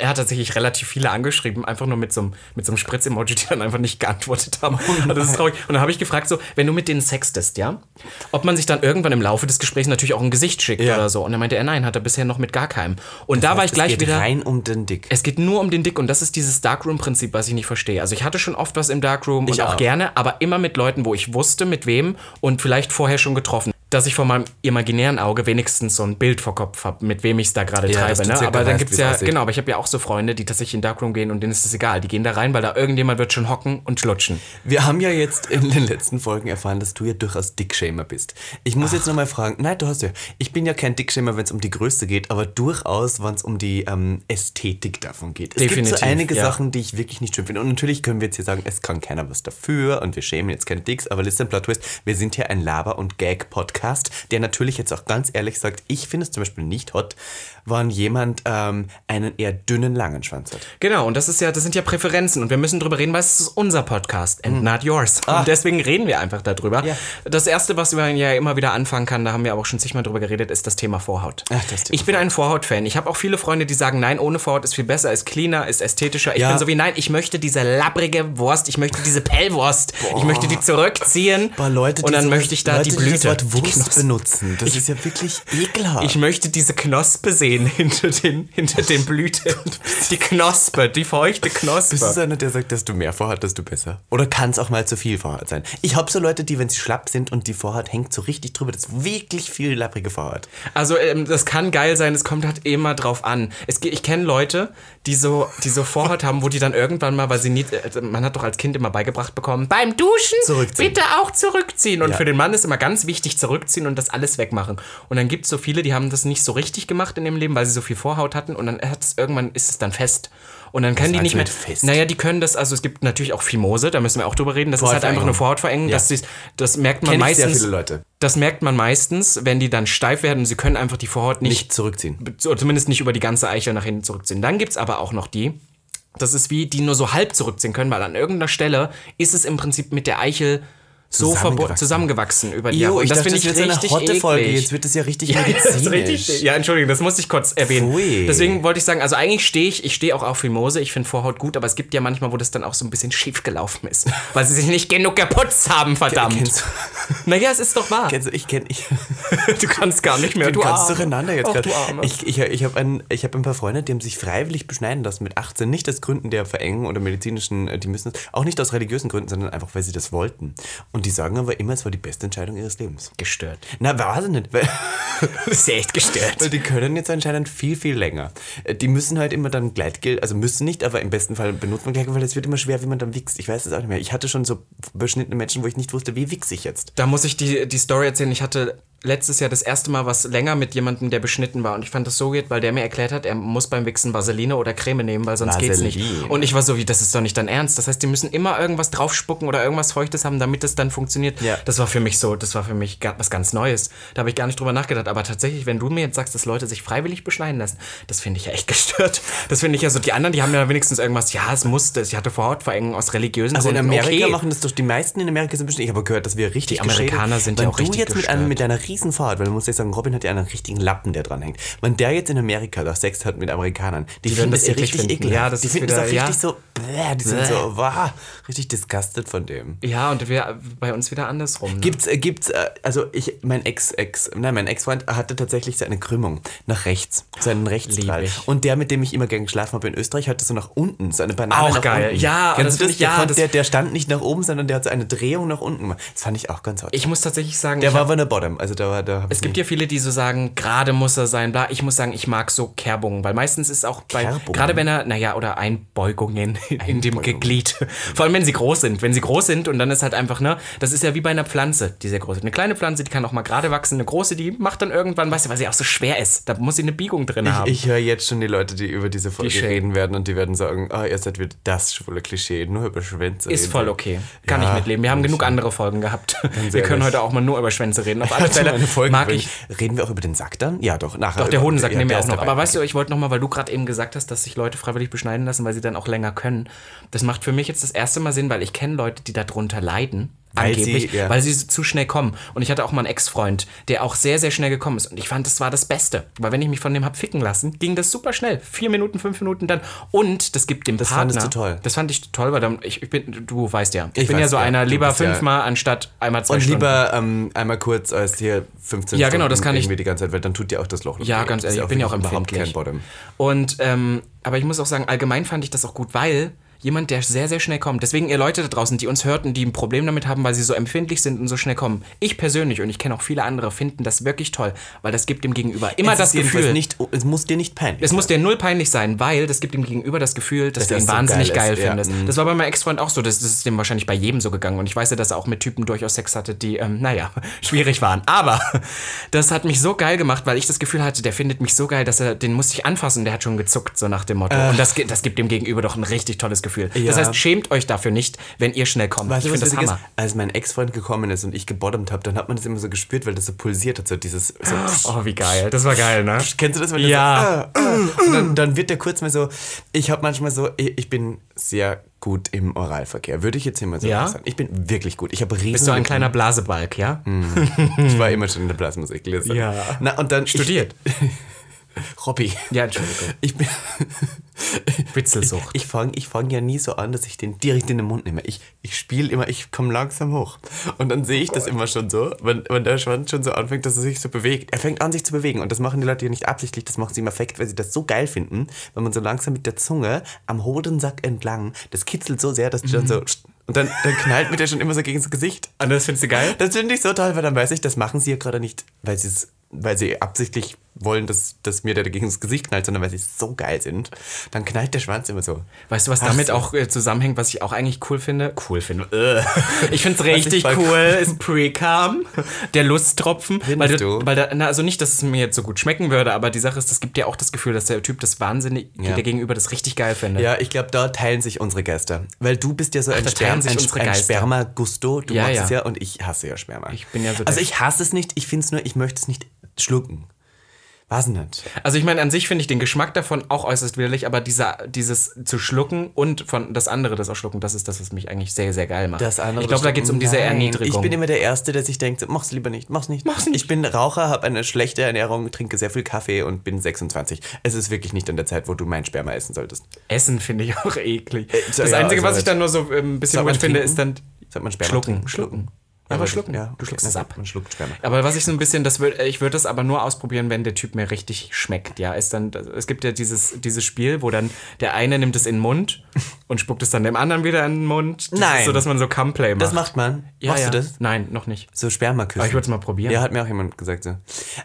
[SPEAKER 2] Er hat tatsächlich relativ viele angeschrieben, einfach nur mit so einem, mit so einem Spritz-Emoji, die dann einfach nicht geantwortet haben.
[SPEAKER 1] Oh
[SPEAKER 2] also das ist traurig. Und dann habe ich gefragt, so, wenn du mit denen sextest, ja, ob man sich dann irgendwann im Laufe des Gesprächs natürlich auch ein Gesicht schickt
[SPEAKER 1] Ja.
[SPEAKER 2] oder so. Und dann meinte er, nein, hat er bisher noch mit gar keinem. Und da war ich
[SPEAKER 1] es
[SPEAKER 2] gleich
[SPEAKER 1] geht
[SPEAKER 2] wieder.
[SPEAKER 1] rein um den Dick.
[SPEAKER 2] Es geht nur um den Dick und das ist dieses Darkroom-Prinzip, was ich nicht verstehe. Also ich hatte schon oft was im Darkroom und
[SPEAKER 1] Ich
[SPEAKER 2] auch,
[SPEAKER 1] auch.
[SPEAKER 2] gerne, aber immer mit Leuten, wo ich wusste, mit wem und vielleicht vorher schon getroffen. Dass ich vor meinem imaginären Auge wenigstens so ein Bild vor Kopf habe, mit wem ich es da gerade
[SPEAKER 1] Ja, dass
[SPEAKER 2] treibe.
[SPEAKER 1] du
[SPEAKER 2] Ne?
[SPEAKER 1] circa
[SPEAKER 2] Aber dann
[SPEAKER 1] weißt,
[SPEAKER 2] gibt's
[SPEAKER 1] wie's
[SPEAKER 2] ja,
[SPEAKER 1] aussieht.
[SPEAKER 2] genau, aber ich habe ja auch so Freunde, die tatsächlich in Darkroom gehen und denen ist es egal. Die gehen da rein, weil da irgendjemand wird schon hocken und schlutschen.
[SPEAKER 1] Wir haben ja jetzt in den letzten Folgen erfahren, dass du ja durchaus Dickschämer bist. Ich muss jetzt nochmal fragen, nein, du hast ja, ich bin ja kein Dickschämer, wenn es um die Größe geht, aber durchaus, wenn es um die ähm, Ästhetik davon geht. Es gibt so
[SPEAKER 2] Definitiv,
[SPEAKER 1] einige
[SPEAKER 2] ja.
[SPEAKER 1] Sachen, die ich wirklich nicht schön finde. Und natürlich können wir jetzt hier sagen, es kann keiner was dafür und wir schämen jetzt keine Dicks, aber listen Plot Twist, wir sind hier ein Laber- und Gag-Podcast, der natürlich jetzt auch ganz ehrlich sagt, ich finde es zum Beispiel nicht hot, wenn jemand ähm, einen eher dünnen, langen Schwanz hat.
[SPEAKER 2] Genau, und das ist ja, das sind ja Präferenzen und wir müssen drüber reden, weil es ist unser Podcast and not yours. Und deswegen reden wir einfach darüber.
[SPEAKER 1] Hm. Ah. Ja.
[SPEAKER 2] Das erste, was man ja immer wieder anfangen kann, da haben wir aber auch schon zigmal drüber geredet, ist das Thema Vorhaut.
[SPEAKER 1] Ach, das Thema
[SPEAKER 2] ich bin ein Vorhaut-Fan. Ich habe auch viele Freunde, die sagen, nein, ohne Vorhaut ist viel besser, ist cleaner, ist ästhetischer. Ich
[SPEAKER 1] Ja.
[SPEAKER 2] bin so wie, nein, ich möchte diese labbrige Wurst, ich möchte diese Pellwurst, ich möchte die zurückziehen.
[SPEAKER 1] Boah, Leute, die
[SPEAKER 2] und dann
[SPEAKER 1] so-
[SPEAKER 2] möchte ich da
[SPEAKER 1] Leute,
[SPEAKER 2] die Blüte.
[SPEAKER 1] das Wort
[SPEAKER 2] die
[SPEAKER 1] Wurst
[SPEAKER 2] Knospen.
[SPEAKER 1] benutzen. Das ist ja
[SPEAKER 2] *laughs*
[SPEAKER 1] wirklich ekelhaft.
[SPEAKER 2] Ich möchte diese Knospe sehen *laughs* hinter den, hinter
[SPEAKER 1] *laughs*
[SPEAKER 2] den Blüten. Die Knospe, die feuchte Knospe.
[SPEAKER 1] Bist du einer, der sagt, dass du mehr Vorhaut, desto besser? Oder kann es auch mal zu viel Vorhaut sein? Ich hab so Leute, die, wenn sie schlapp sind und die Vorhaut hängt so richtig drüber, das ist wirklich viel lapprige Vorhaut.
[SPEAKER 2] Also ähm, das kann geil sein, es kommt halt immer drauf an. Es, ge- ich kenne Leute, die so, die so Vorhaut haben, wo die dann irgendwann mal, weil sie nie, äh, man hat doch als Kind immer beigebracht bekommen, beim Duschen
[SPEAKER 1] Zurückziehen.
[SPEAKER 2] bitte auch zurückziehen. Und
[SPEAKER 1] Ja.
[SPEAKER 2] für den Mann ist immer ganz wichtig, zurückziehen und das alles wegmachen. Und dann gibt es so viele, die haben das nicht so richtig gemacht in dem Leben, weil sie so viel Vorhaut hatten und dann hat's, irgendwann ist es dann fest. Und dann können die
[SPEAKER 1] meinst
[SPEAKER 2] nicht
[SPEAKER 1] du
[SPEAKER 2] mehr.
[SPEAKER 1] mit fest?
[SPEAKER 2] Naja, die können das, also es gibt natürlich auch Fimose, da müssen wir auch drüber reden. Das ist halt einfach
[SPEAKER 1] Vorhautverengung.
[SPEAKER 2] eine Vorhautverengung.
[SPEAKER 1] Ja.
[SPEAKER 2] dass Das, das merkt man
[SPEAKER 1] Kenn ich
[SPEAKER 2] meistens.
[SPEAKER 1] sehr viele Leute.
[SPEAKER 2] Das merkt man meistens, wenn die dann steif werden und sie können einfach die Vorhaut nicht,
[SPEAKER 1] Nicht zurückziehen.
[SPEAKER 2] so- zumindest nicht über die ganze Eichel nach hinten zurückziehen. Dann gibt es aber auch noch die, das ist wie, die nur so halb zurückziehen können, weil an irgendeiner Stelle ist es im Prinzip mit der Eichel so verbo-
[SPEAKER 1] Zusammengewachsen.
[SPEAKER 2] zusammengewachsen über die
[SPEAKER 1] Jo,
[SPEAKER 2] Jahre. Und das
[SPEAKER 1] dachte,
[SPEAKER 2] finde ich
[SPEAKER 1] wird
[SPEAKER 2] richtig
[SPEAKER 1] eine hotte
[SPEAKER 2] eklig.
[SPEAKER 1] Folge. Jetzt wird es ja richtig
[SPEAKER 2] Das ist
[SPEAKER 1] medizinisch.
[SPEAKER 2] richtig. Ja, Entschuldigung, das musste ich kurz erwähnen.
[SPEAKER 1] Pfui.
[SPEAKER 2] Deswegen wollte ich sagen, also eigentlich stehe ich, ich stehe auch auf Fimose, ich finde Vorhaut gut, aber es gibt ja manchmal, wo das dann auch so ein bisschen schief gelaufen ist, *laughs* weil sie sich nicht genug geputzt haben, verdammt.
[SPEAKER 1] *laughs* Kennst du,
[SPEAKER 2] Naja, es ist doch wahr.
[SPEAKER 1] kennst du, ich kenn, ich,
[SPEAKER 2] Du kannst gar nicht mehr.
[SPEAKER 1] du kannst
[SPEAKER 2] Arme.
[SPEAKER 1] durcheinander jetzt
[SPEAKER 2] Ach,
[SPEAKER 1] gerade.
[SPEAKER 2] du Arme.
[SPEAKER 1] Ich, ich, ich habe ein, ich hab ein paar Freunde, die haben sich freiwillig beschneiden lassen mit 18. Nicht aus Gründen der Verengung oder medizinischen, äh, die müssen es, auch nicht aus religiösen Gründen, sondern einfach, weil sie das wollten. Und die sagen aber immer, es war die beste Entscheidung ihres Lebens.
[SPEAKER 2] gestört.
[SPEAKER 1] Na, war sie nicht. *laughs* Weil,
[SPEAKER 2] Du bist ja echt
[SPEAKER 1] weil
[SPEAKER 2] gestört.
[SPEAKER 1] die können jetzt anscheinend viel, viel länger. Äh, Die müssen halt immer dann Gleitgel, also müssen nicht, aber im besten Fall benutzt man Gleitgel, weil es wird immer schwer, wie man dann wichst. Ich weiß es auch nicht mehr. Ich hatte schon so beschnittene Menschen, wo ich nicht wusste, wie wichse ich jetzt.
[SPEAKER 2] Da muss ich die, die Story erzählen. Ich hatte letztes Jahr das erste Mal was länger mit jemandem, der beschnitten war. Und ich fand das so weird, weil der mir erklärt hat, er muss beim Wichsen Vaseline oder Creme nehmen, weil sonst geht's
[SPEAKER 1] Vaseline.
[SPEAKER 2] nicht. Und ich war so wie, das ist doch nicht dein Ernst. Das heißt, die müssen immer irgendwas draufspucken oder irgendwas Feuchtes haben, damit das dann funktioniert.
[SPEAKER 1] Ja.
[SPEAKER 2] Das war für mich so, das war für mich ga- was ganz Neues. Da habe ich gar nicht drüber nachgedacht. Aber tatsächlich, wenn du mir jetzt sagst, dass Leute sich freiwillig beschneiden lassen, das finde ich ja echt *laughs* gestört. Das finde ich ja so, die anderen, die haben ja wenigstens irgendwas, ja, es musste, ich hatte Vorhautverengung aus religiösen
[SPEAKER 1] Also in
[SPEAKER 2] Gründen.
[SPEAKER 1] Amerika
[SPEAKER 2] okay.
[SPEAKER 1] machen das doch die meisten in Amerika so ein bisschen. Ich habe gehört, dass wir richtig
[SPEAKER 2] Die Amerikaner
[SPEAKER 1] geschädigt.
[SPEAKER 2] sind ja
[SPEAKER 1] Wenn
[SPEAKER 2] auch richtig
[SPEAKER 1] du jetzt mit,
[SPEAKER 2] gestört.
[SPEAKER 1] einem, mit deiner riesen Vorhaut, weil man muss ja sagen, Robin hat ja einen richtigen Lappen, der dran hängt. Wenn der jetzt in Amerika doch Sex hat mit Amerikanern, die, finden
[SPEAKER 2] werden
[SPEAKER 1] das
[SPEAKER 2] das
[SPEAKER 1] ja
[SPEAKER 2] eklig
[SPEAKER 1] richtig
[SPEAKER 2] finden.
[SPEAKER 1] eklig.
[SPEAKER 2] Ja, das
[SPEAKER 1] die
[SPEAKER 2] ist
[SPEAKER 1] finden das auch
[SPEAKER 2] wieder-
[SPEAKER 1] richtig
[SPEAKER 2] ja.
[SPEAKER 1] so, bläh, die sind so, wow, richtig disgusted von dem.
[SPEAKER 2] Ja, und wir, bei uns wieder andersrum. ne?
[SPEAKER 1] Gibt's, äh, gibt's, äh, also ich, mein Ex, Ex, nein, mein Ex-Freund hatte tatsächlich seine Krümmung nach rechts, seinen
[SPEAKER 2] Lieb
[SPEAKER 1] Rechtsstrahl.
[SPEAKER 2] ich.
[SPEAKER 1] Und der, mit dem ich immer gern geschlafen habe in Österreich, hatte so nach unten, so eine Banane
[SPEAKER 2] Auch
[SPEAKER 1] nach
[SPEAKER 2] geil.
[SPEAKER 1] unten.
[SPEAKER 2] Ja,
[SPEAKER 1] Kennst
[SPEAKER 2] das
[SPEAKER 1] du
[SPEAKER 2] find
[SPEAKER 1] das?
[SPEAKER 2] ich-
[SPEAKER 1] Der
[SPEAKER 2] ja,
[SPEAKER 1] konnte-
[SPEAKER 2] das-
[SPEAKER 1] der, der stand nicht nach oben, sondern der hat so eine Drehung nach unten gemacht. Das fand ich auch ganz hot.
[SPEAKER 2] Ich muss tatsächlich sagen,
[SPEAKER 1] der
[SPEAKER 2] ich
[SPEAKER 1] war aber in der Bottom, also da war, da hab
[SPEAKER 2] Es
[SPEAKER 1] ich
[SPEAKER 2] gibt
[SPEAKER 1] nie-
[SPEAKER 2] ja viele, die so sagen, gerade muss er sein, bla. Ich muss sagen, ich mag so Kerbungen, weil meistens ist auch bei,
[SPEAKER 1] Kerbungen?
[SPEAKER 2] gerade wenn er, naja, oder Einbeugungen *laughs* in, in dem
[SPEAKER 1] Einbeugungen.
[SPEAKER 2] Glied. Vor allem, wenn sie groß sind. Wenn sie groß sind und dann ist halt einfach, ne, das ist ja wie bei einer Pflanze, die sehr groß ist. Eine kleine Pflanze, die kann auch mal gerade wachsen. Eine große, die macht dann irgendwann, weißt du, weil sie auch so schwer ist. Da muss sie eine Biegung drin haben.
[SPEAKER 1] Ich, ich höre jetzt schon die Leute, die über diese Folge
[SPEAKER 2] Klischee.
[SPEAKER 1] reden werden und die werden sagen, ah, ihr seid wieder das schwule Klischee, nur über Schwänze
[SPEAKER 2] Ist
[SPEAKER 1] reden.
[SPEAKER 2] voll okay. Kann
[SPEAKER 1] Ja,
[SPEAKER 2] ich mitleben. Wir haben genug
[SPEAKER 1] schon.
[SPEAKER 2] andere Folgen gehabt. Wir
[SPEAKER 1] sehr
[SPEAKER 2] können
[SPEAKER 1] ehrlich.
[SPEAKER 2] heute auch mal nur über Schwänze
[SPEAKER 1] *laughs*
[SPEAKER 2] reden. Auf alle
[SPEAKER 1] Hatte mal
[SPEAKER 2] Fälle
[SPEAKER 1] eine Folge
[SPEAKER 2] mag
[SPEAKER 1] drin.
[SPEAKER 2] ich.
[SPEAKER 1] Reden wir auch über den Sack dann? Ja, doch. Nachher
[SPEAKER 2] Doch, der
[SPEAKER 1] über-
[SPEAKER 2] Hodensack
[SPEAKER 1] ja,
[SPEAKER 2] nehmen wir
[SPEAKER 1] der
[SPEAKER 2] auch
[SPEAKER 1] ist
[SPEAKER 2] noch.
[SPEAKER 1] dabei.
[SPEAKER 2] Aber weißt du, ich wollte nochmal, weil du gerade eben gesagt hast, dass sich Leute freiwillig beschneiden lassen, weil sie dann auch länger können. Das macht für mich jetzt das erste Mal Sinn, weil ich kenne Leute, die darunter leiden.
[SPEAKER 1] Weil sie-
[SPEAKER 2] angeblich,
[SPEAKER 1] ja.
[SPEAKER 2] weil sie so- zu schnell kommen. Und ich hatte auch mal einen Ex-Freund, der auch sehr, sehr schnell gekommen ist. Und ich fand, das war das Beste. Weil wenn ich mich von dem hab ficken lassen, ging das super schnell. Vier Minuten, fünf Minuten dann. Und das gibt dem
[SPEAKER 1] Das
[SPEAKER 2] Partner...
[SPEAKER 1] fandest du toll.
[SPEAKER 2] Das fand ich toll, weil dann, ich, ich bin, du weißt ja. Ich,
[SPEAKER 1] Ich
[SPEAKER 2] bin ja
[SPEAKER 1] weiß,
[SPEAKER 2] so
[SPEAKER 1] ja.
[SPEAKER 2] einer,
[SPEAKER 1] Du
[SPEAKER 2] lieber
[SPEAKER 1] bist ja-
[SPEAKER 2] fünfmal anstatt einmal zwei
[SPEAKER 1] Und
[SPEAKER 2] Stunden.
[SPEAKER 1] lieber ähm, einmal kurz als hier 15
[SPEAKER 2] Ja, genau, das
[SPEAKER 1] Stunden
[SPEAKER 2] kann ich-
[SPEAKER 1] irgendwie die ganze Zeit, weil dann tut dir auch das Loch.
[SPEAKER 2] Ja,
[SPEAKER 1] weh.
[SPEAKER 2] ganz
[SPEAKER 1] Das ist
[SPEAKER 2] ehrlich, ich bin ja auch
[SPEAKER 1] wirklich überhaupt kein
[SPEAKER 2] empfindlich.
[SPEAKER 1] Bottom.
[SPEAKER 2] Und, ähm, aber ich muss auch sagen, allgemein fand ich das auch gut, weil jemand, der sehr, sehr schnell kommt, deswegen ihr Leute da draußen, die uns hörten, die ein Problem damit haben, weil sie so empfindlich sind und so schnell kommen. Ich persönlich und ich kenne auch viele andere, finden das wirklich toll, weil das gibt dem Gegenüber immer
[SPEAKER 1] Es
[SPEAKER 2] das
[SPEAKER 1] ist jedenfalls
[SPEAKER 2] Gefühl.
[SPEAKER 1] Nicht, es muss dir nicht peinlich
[SPEAKER 2] es muss dir null peinlich sein, weil das gibt dem Gegenüber das Gefühl, dass,
[SPEAKER 1] Dass
[SPEAKER 2] du ihn
[SPEAKER 1] das so
[SPEAKER 2] wahnsinnig
[SPEAKER 1] geil
[SPEAKER 2] geil,
[SPEAKER 1] ist, ja, Mhm.
[SPEAKER 2] findest. Das war bei meinem Ex-Freund auch so. Das, das ist dem wahrscheinlich bei jedem so gegangen. Und ich weiß ja, dass er auch mit Typen durchaus Sex hatte, die, ähm, naja, *laughs* schwierig waren. Aber *laughs* das hat mich so geil gemacht, weil ich das Gefühl hatte, der findet mich so geil, dass er, den musste ich anfassen. Der hat schon gezuckt, so nach dem Motto. Und das, ge- das gibt dem Gegenüber doch ein richtig tolles Gefühl.
[SPEAKER 1] Ja.
[SPEAKER 2] Das heißt, schämt euch dafür nicht, wenn ihr schnell kommt.
[SPEAKER 1] Weißt
[SPEAKER 2] ich
[SPEAKER 1] du, was
[SPEAKER 2] finde das
[SPEAKER 1] witzig
[SPEAKER 2] Hammer.
[SPEAKER 1] Ist, als mein Ex-Freund gekommen ist und ich gebottomt habe, dann hat man das immer so gespürt, weil das so pulsiert hat, so dieses.
[SPEAKER 2] *gasps*
[SPEAKER 1] So,
[SPEAKER 2] Oh, wie geil. Das war geil, ne?
[SPEAKER 1] Kennst du das? Wenn das
[SPEAKER 2] Ja.
[SPEAKER 1] so, ah, ah, und dann, dann wird der kurz mal so. Ich habe manchmal so. Ich, ich bin sehr gut im Oralverkehr. Würde ich jetzt immer so
[SPEAKER 2] Ja?
[SPEAKER 1] sagen. Ich bin wirklich gut. Ich habe
[SPEAKER 2] Bist
[SPEAKER 1] riesen.
[SPEAKER 2] du ein kleiner Blasebalg, ja?
[SPEAKER 1] Hm. Ich war immer schon in der Blasmusik.
[SPEAKER 2] Ja.
[SPEAKER 1] Na und dann
[SPEAKER 2] Studiert.
[SPEAKER 1] *laughs* Ich, Robby.
[SPEAKER 2] Ja, Entschuldigung.
[SPEAKER 1] Ich bin.
[SPEAKER 2] Witzelsucht.
[SPEAKER 1] Ich fange ich fang ja nie so an, dass ich den direkt in den Mund nehme. Ich, ich spiele immer, ich komme langsam hoch. Und dann sehe ich das immer schon so, wenn, wenn der Schwanz schon so anfängt, dass er sich so bewegt. Er fängt an, sich zu bewegen. Und das machen die Leute ja nicht absichtlich, das machen sie im Effekt, weil sie das so geil finden, wenn man so langsam mit der Zunge am Hodensack entlang, das kitzelt so sehr, dass die dann
[SPEAKER 2] Mhm.
[SPEAKER 1] so. Und dann, dann knallt mir der schon immer so gegen das Gesicht.
[SPEAKER 2] Und das findest du geil?
[SPEAKER 1] Das finde ich so toll, weil dann weiß ich, das machen sie ja gerade nicht, weil sie es weil sie absichtlich wollen, dass, dass mir der gegen das Gesicht knallt, sondern weil sie so geil sind, dann knallt der Schwanz immer so.
[SPEAKER 2] Weißt du, was damit
[SPEAKER 1] so.
[SPEAKER 2] auch äh, zusammenhängt, was ich auch eigentlich cool finde? Cool finde. Äh. Ich
[SPEAKER 1] *laughs*
[SPEAKER 2] finde es
[SPEAKER 1] ich
[SPEAKER 2] richtig
[SPEAKER 1] voll
[SPEAKER 2] cool, ist Precam, der Lusttropfen. weil
[SPEAKER 1] du?
[SPEAKER 2] Weil da, na, also nicht, dass es mir jetzt so gut schmecken würde, aber die Sache ist, das gibt dir auch das Gefühl, dass der Typ das wahnsinnig,
[SPEAKER 1] Ja.
[SPEAKER 2] der Gegenüber das richtig geil findet.
[SPEAKER 1] Ja, ich glaube, da teilen sich unsere Geister. Weil du bist ja so ein,
[SPEAKER 2] da
[SPEAKER 1] Sperm,
[SPEAKER 2] teilen sich
[SPEAKER 1] ein,
[SPEAKER 2] unsere
[SPEAKER 1] ein
[SPEAKER 2] Geister.
[SPEAKER 1] Sperma-Gusto. Du
[SPEAKER 2] Ja,
[SPEAKER 1] magst
[SPEAKER 2] ja.
[SPEAKER 1] es ja und ich hasse ja Sperma. Ich
[SPEAKER 2] bin ja so der-
[SPEAKER 1] Also ich hasse es nicht, ich finde es nur, ich möchte es nicht schlucken. Was nicht?
[SPEAKER 2] Also ich meine, an sich finde ich den Geschmack davon auch äußerst widerlich, aber dieser, dieses zu schlucken und von das andere, das auch schlucken, das ist das, was mich eigentlich sehr, sehr geil macht.
[SPEAKER 1] Das andere
[SPEAKER 2] ich glaube, da
[SPEAKER 1] bestimmt-
[SPEAKER 2] geht es um diese
[SPEAKER 1] Nein.
[SPEAKER 2] Erniedrigung.
[SPEAKER 1] Ich bin immer der Erste, der sich denkt, so, mach's lieber nicht, mach's nicht. Mach's nicht. Ich bin Raucher, habe eine schlechte Ernährung, trinke sehr viel Kaffee und bin 26. Es ist wirklich nicht an der Zeit, wo du mein Sperma essen solltest.
[SPEAKER 2] Essen finde ich auch eklig.
[SPEAKER 1] ja,
[SPEAKER 2] das Einzige,
[SPEAKER 1] also
[SPEAKER 2] was ich
[SPEAKER 1] halt-
[SPEAKER 2] dann nur so ähm, ein bisschen
[SPEAKER 1] Soll man
[SPEAKER 2] weird finde,
[SPEAKER 1] trinken?
[SPEAKER 2] ist dann
[SPEAKER 1] Sagt man Sperma?
[SPEAKER 2] Schlucken,
[SPEAKER 1] trinken?
[SPEAKER 2] schlucken.
[SPEAKER 1] Ja,
[SPEAKER 2] aber
[SPEAKER 1] wirklich,
[SPEAKER 2] schlucken.
[SPEAKER 1] Ja,
[SPEAKER 2] Du schluckst es ab.
[SPEAKER 1] Man schluckt Sperma.
[SPEAKER 2] Aber was ich so ein bisschen, das würd, ich würde das aber nur ausprobieren, wenn der Typ mir richtig schmeckt. Ja, ist dann, es gibt ja dieses, dieses Spiel, wo dann der eine nimmt es in
[SPEAKER 1] *laughs*
[SPEAKER 2] den Mund und spuckt es dann dem anderen wieder in den Mund. Das
[SPEAKER 1] Nein.
[SPEAKER 2] Ist so, dass man so Cumplay macht.
[SPEAKER 1] Das macht man.
[SPEAKER 2] ja,
[SPEAKER 1] Machst
[SPEAKER 2] ja.
[SPEAKER 1] du das?
[SPEAKER 2] Nein, noch nicht.
[SPEAKER 1] So Sperma küssen.
[SPEAKER 2] Aber ich würd's mal probieren.
[SPEAKER 1] Ja, hat mir auch jemand gesagt. So.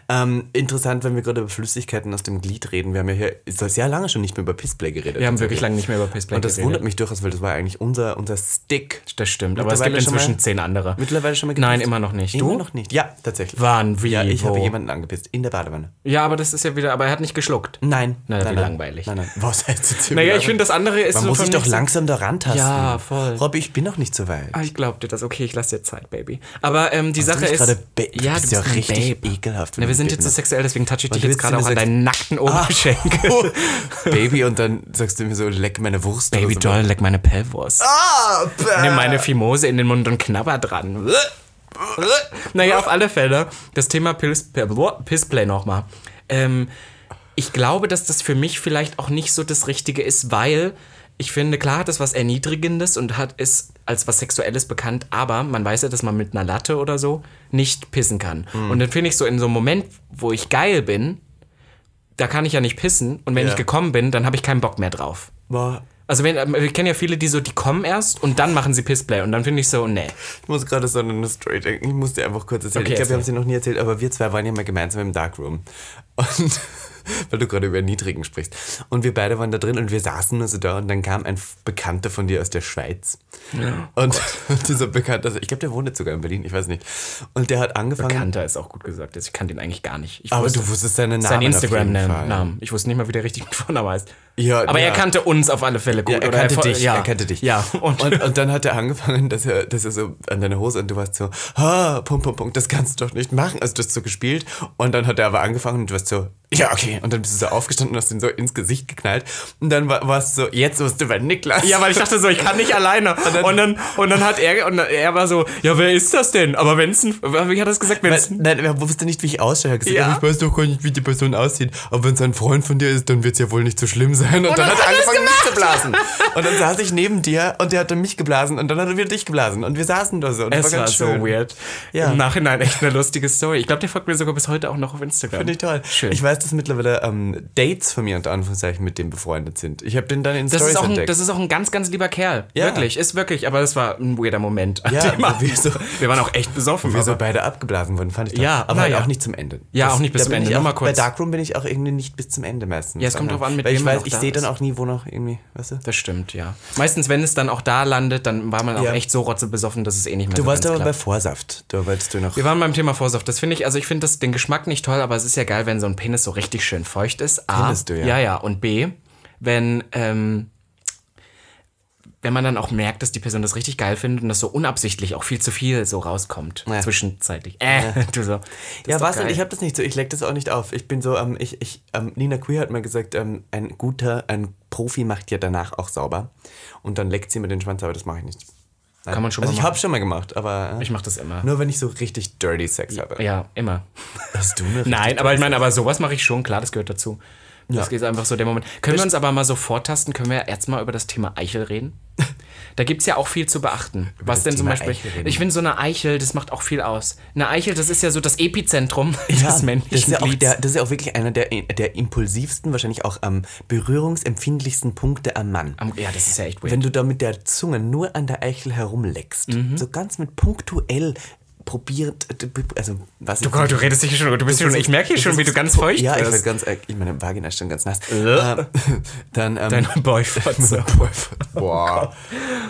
[SPEAKER 1] Ähm, interessant, wenn wir gerade über Flüssigkeiten aus dem Glied reden. Wir haben ja hier so sehr lange schon nicht mehr über Pissplay geredet.
[SPEAKER 2] Wir haben wirklich lange nicht mehr über Pissplay
[SPEAKER 1] Und das
[SPEAKER 2] geredet.
[SPEAKER 1] wundert mich durchaus, weil das war eigentlich unser, unser Stick.
[SPEAKER 2] Das stimmt, aber es
[SPEAKER 1] Mittlerweile
[SPEAKER 2] gibt
[SPEAKER 1] schon mal-
[SPEAKER 2] inzwischen zehn andere.
[SPEAKER 1] Mittlerweile schon mal
[SPEAKER 2] Nein,
[SPEAKER 1] gepisst?
[SPEAKER 2] immer noch nicht.
[SPEAKER 1] Immer
[SPEAKER 2] Du?
[SPEAKER 1] noch nicht. Ja, tatsächlich.
[SPEAKER 2] Wann, wie,
[SPEAKER 1] Ja, ich
[SPEAKER 2] wo?
[SPEAKER 1] habe jemanden angepisst. In der Badewanne.
[SPEAKER 2] Ja, aber das ist ja wieder, aber er hat nicht geschluckt.
[SPEAKER 1] Nein.
[SPEAKER 2] Na,
[SPEAKER 1] nein,
[SPEAKER 2] wie
[SPEAKER 1] nein.
[SPEAKER 2] langweilig.
[SPEAKER 1] Nein, nein. Was heißt das? hier
[SPEAKER 2] Naja,
[SPEAKER 1] wieder?
[SPEAKER 2] ich finde, das andere ist
[SPEAKER 1] Man
[SPEAKER 2] so
[SPEAKER 1] muss
[SPEAKER 2] für
[SPEAKER 1] sich
[SPEAKER 2] mich
[SPEAKER 1] doch
[SPEAKER 2] so-
[SPEAKER 1] langsam da rantasten.
[SPEAKER 2] Ja, voll.
[SPEAKER 1] Robby, ich bin noch nicht so weit. *laughs*
[SPEAKER 2] Ah, ich glaub dir das. Okay, ich lass dir Zeit, Baby. Aber ähm, die Sache
[SPEAKER 1] bist
[SPEAKER 2] ist.
[SPEAKER 1] gerade ba- Also du
[SPEAKER 2] ja,
[SPEAKER 1] bist ja
[SPEAKER 2] ein
[SPEAKER 1] richtig ekelhaft, wenn
[SPEAKER 2] Na,
[SPEAKER 1] du
[SPEAKER 2] wir sind
[SPEAKER 1] ein
[SPEAKER 2] jetzt
[SPEAKER 1] Baby
[SPEAKER 2] so sexuell, deswegen touch ich dich
[SPEAKER 1] willst
[SPEAKER 2] jetzt
[SPEAKER 1] du
[SPEAKER 2] gerade
[SPEAKER 1] mir
[SPEAKER 2] auch an
[SPEAKER 1] sex-
[SPEAKER 2] deinen nackten Oberschenkel.
[SPEAKER 1] *laughs* Baby und dann sagst du mir so, leck meine Wurst.
[SPEAKER 2] Baby
[SPEAKER 1] oder so.
[SPEAKER 2] Doll, leck meine Pelvos.
[SPEAKER 1] Also Ah, bäh. äh.
[SPEAKER 2] Nimm meine Fimose in den Mund und knabber dran. naja, auf alle Fälle, das Thema Piss, Pissplay nochmal. Ähm, ich glaube, dass das für mich vielleicht auch nicht so das Richtige ist, weil ich finde, klar hat das was Erniedrigendes und hat ist als was Sexuelles bekannt, aber man weiß ja, dass man mit einer Latte oder so nicht pissen kann. Und dann finde ich so in so einem Moment, wo ich geil bin, da kann ich ja nicht pissen und wenn
[SPEAKER 1] Ja.
[SPEAKER 2] ich gekommen bin, dann habe ich keinen Bock mehr drauf.
[SPEAKER 1] Boah,
[SPEAKER 2] Also wenn, wir kennen ja viele, die so, die kommen erst und dann machen sie Pissplay und dann finde ich so, nee.
[SPEAKER 1] Ich muss gerade so an eine Story denken. Ich muss dir einfach kurz erzählen.
[SPEAKER 2] Okay,
[SPEAKER 1] ich glaube, wir haben sie
[SPEAKER 2] erzähl.
[SPEAKER 1] noch nie erzählt, aber wir zwei waren ja mal gemeinsam im Darkroom. Und *laughs* weil du gerade über Niedrigen sprichst. Und wir beide waren da drin und wir saßen nur so da und dann kam ein Bekannter von dir aus der Schweiz. und *laughs* dieser Bekannte, also ich glaube, der wohnt jetzt sogar in Berlin, ich weiß nicht. Und der hat angefangen.
[SPEAKER 2] Kanter ist auch gut gesagt. Ich kannte ihn eigentlich gar nicht. Ich
[SPEAKER 1] Aber
[SPEAKER 2] wusste-
[SPEAKER 1] du wusstest seinen Namen.
[SPEAKER 2] Sein
[SPEAKER 1] auf jeden Fall.
[SPEAKER 2] Instagram-Namen. Ich wusste nicht mal, wie der richtig *laughs* mit Vornamen heißt.
[SPEAKER 1] Ja,
[SPEAKER 2] Aber
[SPEAKER 1] ja.
[SPEAKER 2] er kannte uns auf alle Fälle gut.
[SPEAKER 1] Ja, er
[SPEAKER 2] oder
[SPEAKER 1] kannte
[SPEAKER 2] fol-
[SPEAKER 1] dich,
[SPEAKER 2] Ja.
[SPEAKER 1] er kannte dich.
[SPEAKER 2] Ja, und,
[SPEAKER 1] Und, und, dann hat er angefangen, dass er, dass er so an deiner Hose und du warst so, ha, Punkt, Punkt, Punkt, das kannst du doch nicht machen. Also du hast so gespielt und dann hat er aber angefangen und du warst so, ja, okay. Und dann bist du so aufgestanden und hast ihn so ins Gesicht geknallt. Und dann war, warst du so, jetzt wirst du bei Niklas.
[SPEAKER 2] *laughs* ja, weil ich dachte so, ich kann
[SPEAKER 1] *laughs*
[SPEAKER 2] nicht alleine. Und dann,
[SPEAKER 1] dann-
[SPEAKER 2] und dann, hat er, und er war so, ja, wer ist das denn? Aber wenn es ein, wie hat er das gesagt? Wenn
[SPEAKER 1] Weil,
[SPEAKER 2] es ein
[SPEAKER 1] nein, er wusste nicht, wie ich aussehe. Er hat gesagt,
[SPEAKER 2] Ja.
[SPEAKER 1] aber ich weiß doch gar nicht, wie die Person aussieht. Aber wenn es ein Freund von dir ist, dann wird es ja wohl nicht so schlimm sein. Und, dann,
[SPEAKER 2] dann
[SPEAKER 1] hat
[SPEAKER 2] hat
[SPEAKER 1] er
[SPEAKER 2] er's
[SPEAKER 1] angefangen, mich zu blasen. Und dann saß ich neben dir und der hat dann mich geblasen und dann hat er wieder dich geblasen. Und wir saßen da so. Und
[SPEAKER 2] Es war, so weird.
[SPEAKER 1] Ja.
[SPEAKER 2] Im Nachhinein echt eine lustige Story. Ich glaube, der folgt mir sogar bis heute auch noch auf Instagram.
[SPEAKER 1] Finde ich toll.
[SPEAKER 2] Schön.
[SPEAKER 1] Ich weiß, dass mittlerweile ähm, Dates von mir unter Anführungszeichen mit dem befreundet sind. Ich habe den dann in
[SPEAKER 2] das
[SPEAKER 1] Stories
[SPEAKER 2] ist, auch ein,
[SPEAKER 1] entdeckt.
[SPEAKER 2] das ist auch ein ganz, ganz lieber Kerl.
[SPEAKER 1] Ja.
[SPEAKER 2] Wirklich, ist wirklich. Aber das war ein weirder Moment. an
[SPEAKER 1] Ja,
[SPEAKER 2] dem
[SPEAKER 1] aber
[SPEAKER 2] Abend.
[SPEAKER 1] wir *laughs* so-
[SPEAKER 2] wir waren auch echt besoffen.
[SPEAKER 1] wir
[SPEAKER 2] aber-
[SPEAKER 1] so beide abgeblasen wurden, fand ich toll.
[SPEAKER 2] Ja,
[SPEAKER 1] aber halt
[SPEAKER 2] naja.
[SPEAKER 1] auch nicht zum Ende.
[SPEAKER 2] Ja, auch nicht bis
[SPEAKER 1] da
[SPEAKER 2] zum
[SPEAKER 1] bin
[SPEAKER 2] Ende.
[SPEAKER 1] Ich
[SPEAKER 2] Nur
[SPEAKER 1] auch,
[SPEAKER 2] mal kurz.
[SPEAKER 1] Bei Darkroom bin ich auch irgendwie nicht bis zum Ende meistens.
[SPEAKER 2] Ja, es kommt
[SPEAKER 1] dran.
[SPEAKER 2] drauf an, mit
[SPEAKER 1] Weil ich
[SPEAKER 2] wem man
[SPEAKER 1] weiß,
[SPEAKER 2] noch
[SPEAKER 1] ich
[SPEAKER 2] da
[SPEAKER 1] sehe dann
[SPEAKER 2] ist.
[SPEAKER 1] auch nie, wo noch irgendwie, weißt du?
[SPEAKER 2] Das stimmt, ja. Meistens, wenn es dann auch da landet, dann war man auch
[SPEAKER 1] Ja.
[SPEAKER 2] echt so rotzebesoffen, dass es eh nicht mehr
[SPEAKER 1] Du
[SPEAKER 2] so
[SPEAKER 1] warst
[SPEAKER 2] ganz
[SPEAKER 1] aber bei
[SPEAKER 2] klappt.
[SPEAKER 1] Vorsaft. Da wolltest du noch.
[SPEAKER 2] Wir waren beim Thema Vorsaft. Das finde ich, also ich finde das- den Geschmack nicht toll, aber es ist ja geil, wenn so ein Penis so richtig schön feucht ist. A.
[SPEAKER 1] Findest du, ja.
[SPEAKER 2] Ja, ja. Und B, wenn, ähm, wenn man dann auch merkt, dass die Person das richtig geil findet und das so unabsichtlich auch viel zu viel so rauskommt.
[SPEAKER 1] Ja.
[SPEAKER 2] Zwischenzeitlich. Äh, *laughs* du so. Das
[SPEAKER 1] Ja,
[SPEAKER 2] ist doch
[SPEAKER 1] was denn?
[SPEAKER 2] geil.
[SPEAKER 1] Ich habe das nicht so. Ich leck das auch nicht auf. Ich bin so, ähm, ich, ich, ähm, Nina Queer hat mal gesagt, ähm, ein guter, ein Profi macht ja danach auch sauber. Und dann leckt sie mir den Schwanz, aber das mache ich nicht. Nein.
[SPEAKER 2] Kann man schon
[SPEAKER 1] also
[SPEAKER 2] mal
[SPEAKER 1] ich habe schon mal gemacht, aber äh,
[SPEAKER 2] Ich mach das immer.
[SPEAKER 1] nur wenn ich so richtig dirty Sex habe.
[SPEAKER 2] Ja, immer.
[SPEAKER 1] Hast du eine
[SPEAKER 2] Nein, aber ich meine, aber sowas mache ich schon, klar, das gehört dazu. Das geht einfach so der Moment. Können wir uns aber mal so vortasten, können wir jetzt mal über das Thema Eichel reden? Da gibt es ja auch viel zu beachten. was
[SPEAKER 1] das
[SPEAKER 2] denn zum
[SPEAKER 1] Thema
[SPEAKER 2] Beispiel?
[SPEAKER 1] Eichel reden.
[SPEAKER 2] Ich finde, so eine Eichel, das macht auch viel aus. Eine Eichel, das ist ja so das Epizentrum *laughs* des
[SPEAKER 1] das ist,
[SPEAKER 2] männlichen
[SPEAKER 1] ja auch
[SPEAKER 2] Glieds.
[SPEAKER 1] der, das ist ja auch wirklich einer der, der impulsivsten, wahrscheinlich auch am berührungsempfindlichsten Punkte am Mann.
[SPEAKER 2] Am- ja, das ist ja echt weird.
[SPEAKER 1] Wenn du da mit der Zunge nur an der Eichel herumleckst,
[SPEAKER 2] Mhm.
[SPEAKER 1] so ganz mit punktuell probiert, also was
[SPEAKER 2] du, Gott, du redest dich hier schon, du bist
[SPEAKER 1] Also,
[SPEAKER 2] hier schon, ich merke hier schon, wie du ganz feucht
[SPEAKER 1] Ja, ich
[SPEAKER 2] wirst.
[SPEAKER 1] werde ganz, äh, ich meine Vagina ist schon ganz nass.
[SPEAKER 2] Äh.
[SPEAKER 1] Ähm, *laughs* dann, ähm,
[SPEAKER 2] Deine
[SPEAKER 1] *laughs*
[SPEAKER 2] Beufotze. *laughs*
[SPEAKER 1] Boah.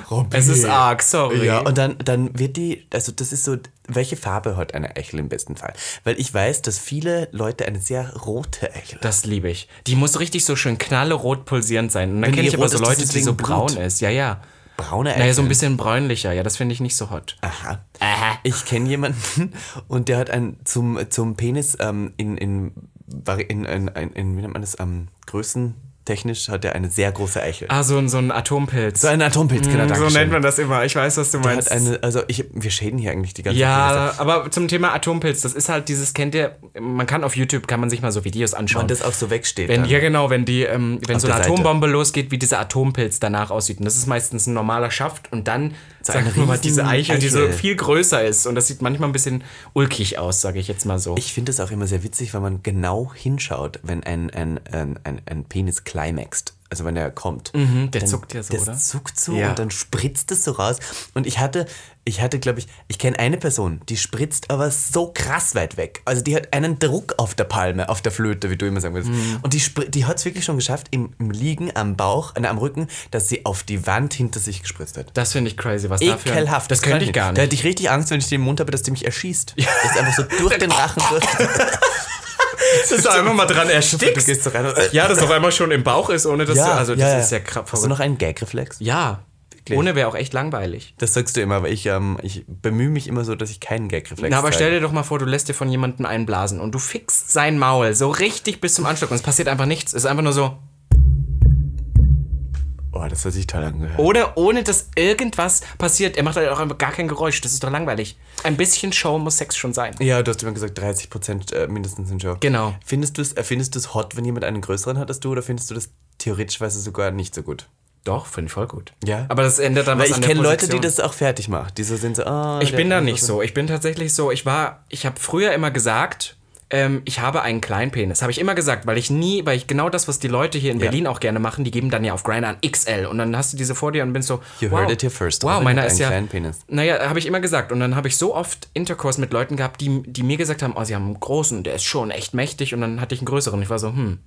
[SPEAKER 1] Robby.
[SPEAKER 2] Es ist arg, sorry.
[SPEAKER 1] Ja, und dann, dann wird die, also das ist so, welche Farbe hat eine Eichel im besten Fall? Weil ich weiß, dass viele Leute eine sehr rote Eichel haben.
[SPEAKER 2] Das liebe ich. Die muss richtig so schön knallerot pulsierend sein. Und dann
[SPEAKER 1] Wenn
[SPEAKER 2] kenne
[SPEAKER 1] die
[SPEAKER 2] ich aber
[SPEAKER 1] rot
[SPEAKER 2] so
[SPEAKER 1] ist, das
[SPEAKER 2] Leute,
[SPEAKER 1] ist
[SPEAKER 2] die
[SPEAKER 1] wegen
[SPEAKER 2] so
[SPEAKER 1] Blut.
[SPEAKER 2] braun ist. Ja, ja.
[SPEAKER 1] Braune Eichel.
[SPEAKER 2] Naja, so ein bisschen bräunlicher. Ja, das finde ich nicht so hot.
[SPEAKER 1] Aha.
[SPEAKER 2] Aha.
[SPEAKER 1] Ich kenne jemanden *laughs* und der hat ein zum, zum Penis ähm, in, in, Vari- in, in, in, in, wie nennt man das, ähm, größentechnisch hat er eine sehr große Eichel.
[SPEAKER 2] Ah, so, ein- so ein Atompilz.
[SPEAKER 1] So ein Atompilz, genau,
[SPEAKER 2] Mm, so
[SPEAKER 1] Dankeschön.
[SPEAKER 2] nennt man das immer. Ich weiß, was du
[SPEAKER 1] Der hat
[SPEAKER 2] meinst.
[SPEAKER 1] eine, also ich, wir schäden hier eigentlich die ganze Penis.
[SPEAKER 2] ja, aber zum Thema Atompilz, das ist halt dieses, kennt ihr, man kann auf YouTube, kann man sich mal so Videos anschauen.
[SPEAKER 1] Und das auch so wegsteht.
[SPEAKER 2] wenn,
[SPEAKER 1] dann.
[SPEAKER 2] ja genau, wenn die, ähm, wenn so
[SPEAKER 1] der
[SPEAKER 2] eine
[SPEAKER 1] Seite.
[SPEAKER 2] Atombombe losgeht, wie dieser Atompilz danach aussieht. Und das ist meistens ein normaler Schaft und dann
[SPEAKER 1] eine
[SPEAKER 2] sagt man mal
[SPEAKER 1] riesen
[SPEAKER 2] diese Eichel, die so
[SPEAKER 1] Eichel.
[SPEAKER 2] viel größer ist. Und das sieht manchmal ein bisschen ulkig aus, sage ich jetzt mal so.
[SPEAKER 1] Ich finde es auch immer sehr witzig, wenn man genau hinschaut, wenn ein, ein, ein, ein, ein Penis climaxt. Also wenn er kommt.
[SPEAKER 2] Mhm, der
[SPEAKER 1] dann,
[SPEAKER 2] zuckt ja so,
[SPEAKER 1] der
[SPEAKER 2] oder?
[SPEAKER 1] zuckt so
[SPEAKER 2] Ja.
[SPEAKER 1] und dann spritzt es so raus. Und ich hatte, ich hatte, glaube ich, ich kenne eine Person, die spritzt aber so krass weit weg. Also die hat einen Druck auf der Palme, auf der Flöte, wie du immer sagen würdest.
[SPEAKER 2] Mhm.
[SPEAKER 1] Und die, spri- die hat es wirklich schon geschafft, im, im Liegen am Bauch, äh, am Rücken, dass sie auf die Wand hinter sich gespritzt hat.
[SPEAKER 2] das finde ich crazy, was dafür.
[SPEAKER 1] Ekelhaft.
[SPEAKER 2] Das könnte ich gar
[SPEAKER 1] Da
[SPEAKER 2] nicht.
[SPEAKER 1] hätte ich richtig Angst, wenn ich den im Mund habe, dass die mich erschießt. Das ist einfach so durch den Rachen.
[SPEAKER 2] *laughs*
[SPEAKER 1] Durch.
[SPEAKER 2] Das ist einfach mal *laughs* dran
[SPEAKER 1] Du gehst so rein und
[SPEAKER 2] Ja, das auf einmal schon im Bauch ist, ohne dass du, also das ist ja krass.
[SPEAKER 1] Hast du noch einen Gag-Reflex?
[SPEAKER 2] Ja, ohne wäre auch echt langweilig.
[SPEAKER 1] Das sagst du immer, aber ich, ähm, ich bemühe mich immer so, dass ich keinen Gag-Reflex
[SPEAKER 2] Na, aber
[SPEAKER 1] zeige.
[SPEAKER 2] stell dir doch mal vor, du lässt dir von jemandem einblasen und du fixst sein Maul so richtig bis zum Anschlag und es passiert einfach nichts. Es ist einfach nur so.
[SPEAKER 1] Oh, Boah, das hat sich toll angehört.
[SPEAKER 2] Oder ohne dass irgendwas passiert. Er macht halt auch einfach gar kein Geräusch. Das ist doch langweilig. Ein bisschen Show muss Sex schon sein.
[SPEAKER 1] Ja, du hast immer gesagt, 30 Prozent äh, mindestens in Show.
[SPEAKER 2] Genau.
[SPEAKER 1] Findest du es äh, findest du es hot, wenn jemand einen größeren hat als du, oder findest du das theoretischweise sogar nicht so gut?
[SPEAKER 2] Doch, finde ich voll gut.
[SPEAKER 1] Ja.
[SPEAKER 2] Aber das ändert dann
[SPEAKER 1] Weil
[SPEAKER 2] was
[SPEAKER 1] ich
[SPEAKER 2] an der
[SPEAKER 1] kenne Leute, die
[SPEAKER 2] Position.
[SPEAKER 1] das auch fertig machen. Die so sind so, ah,
[SPEAKER 2] Ich
[SPEAKER 1] der
[SPEAKER 2] bin da
[SPEAKER 1] hat
[SPEAKER 2] nicht
[SPEAKER 1] so-
[SPEAKER 2] so. Ich bin tatsächlich so. Ich war, ich habe früher immer gesagt, ähm, ich habe einen kleinen Penis. Habe ich immer gesagt, weil ich nie, weil ich genau das, was die Leute hier in Berlin auch gerne machen, die geben dann ja auf Grindr an XL und dann hast du diese vor dir und bin so,
[SPEAKER 1] You
[SPEAKER 2] wow,
[SPEAKER 1] heard it here first.
[SPEAKER 2] Wow,
[SPEAKER 1] Robin
[SPEAKER 2] meiner
[SPEAKER 1] hat
[SPEAKER 2] ist
[SPEAKER 1] einen
[SPEAKER 2] ja,
[SPEAKER 1] kleinen Penis.
[SPEAKER 2] naja, habe ich immer gesagt und dann habe ich so oft Intercourse mit Leuten gehabt, die, die mir gesagt haben, oh, sie haben einen großen, der ist schon echt mächtig und dann hatte ich einen größeren. Ich war so, hm,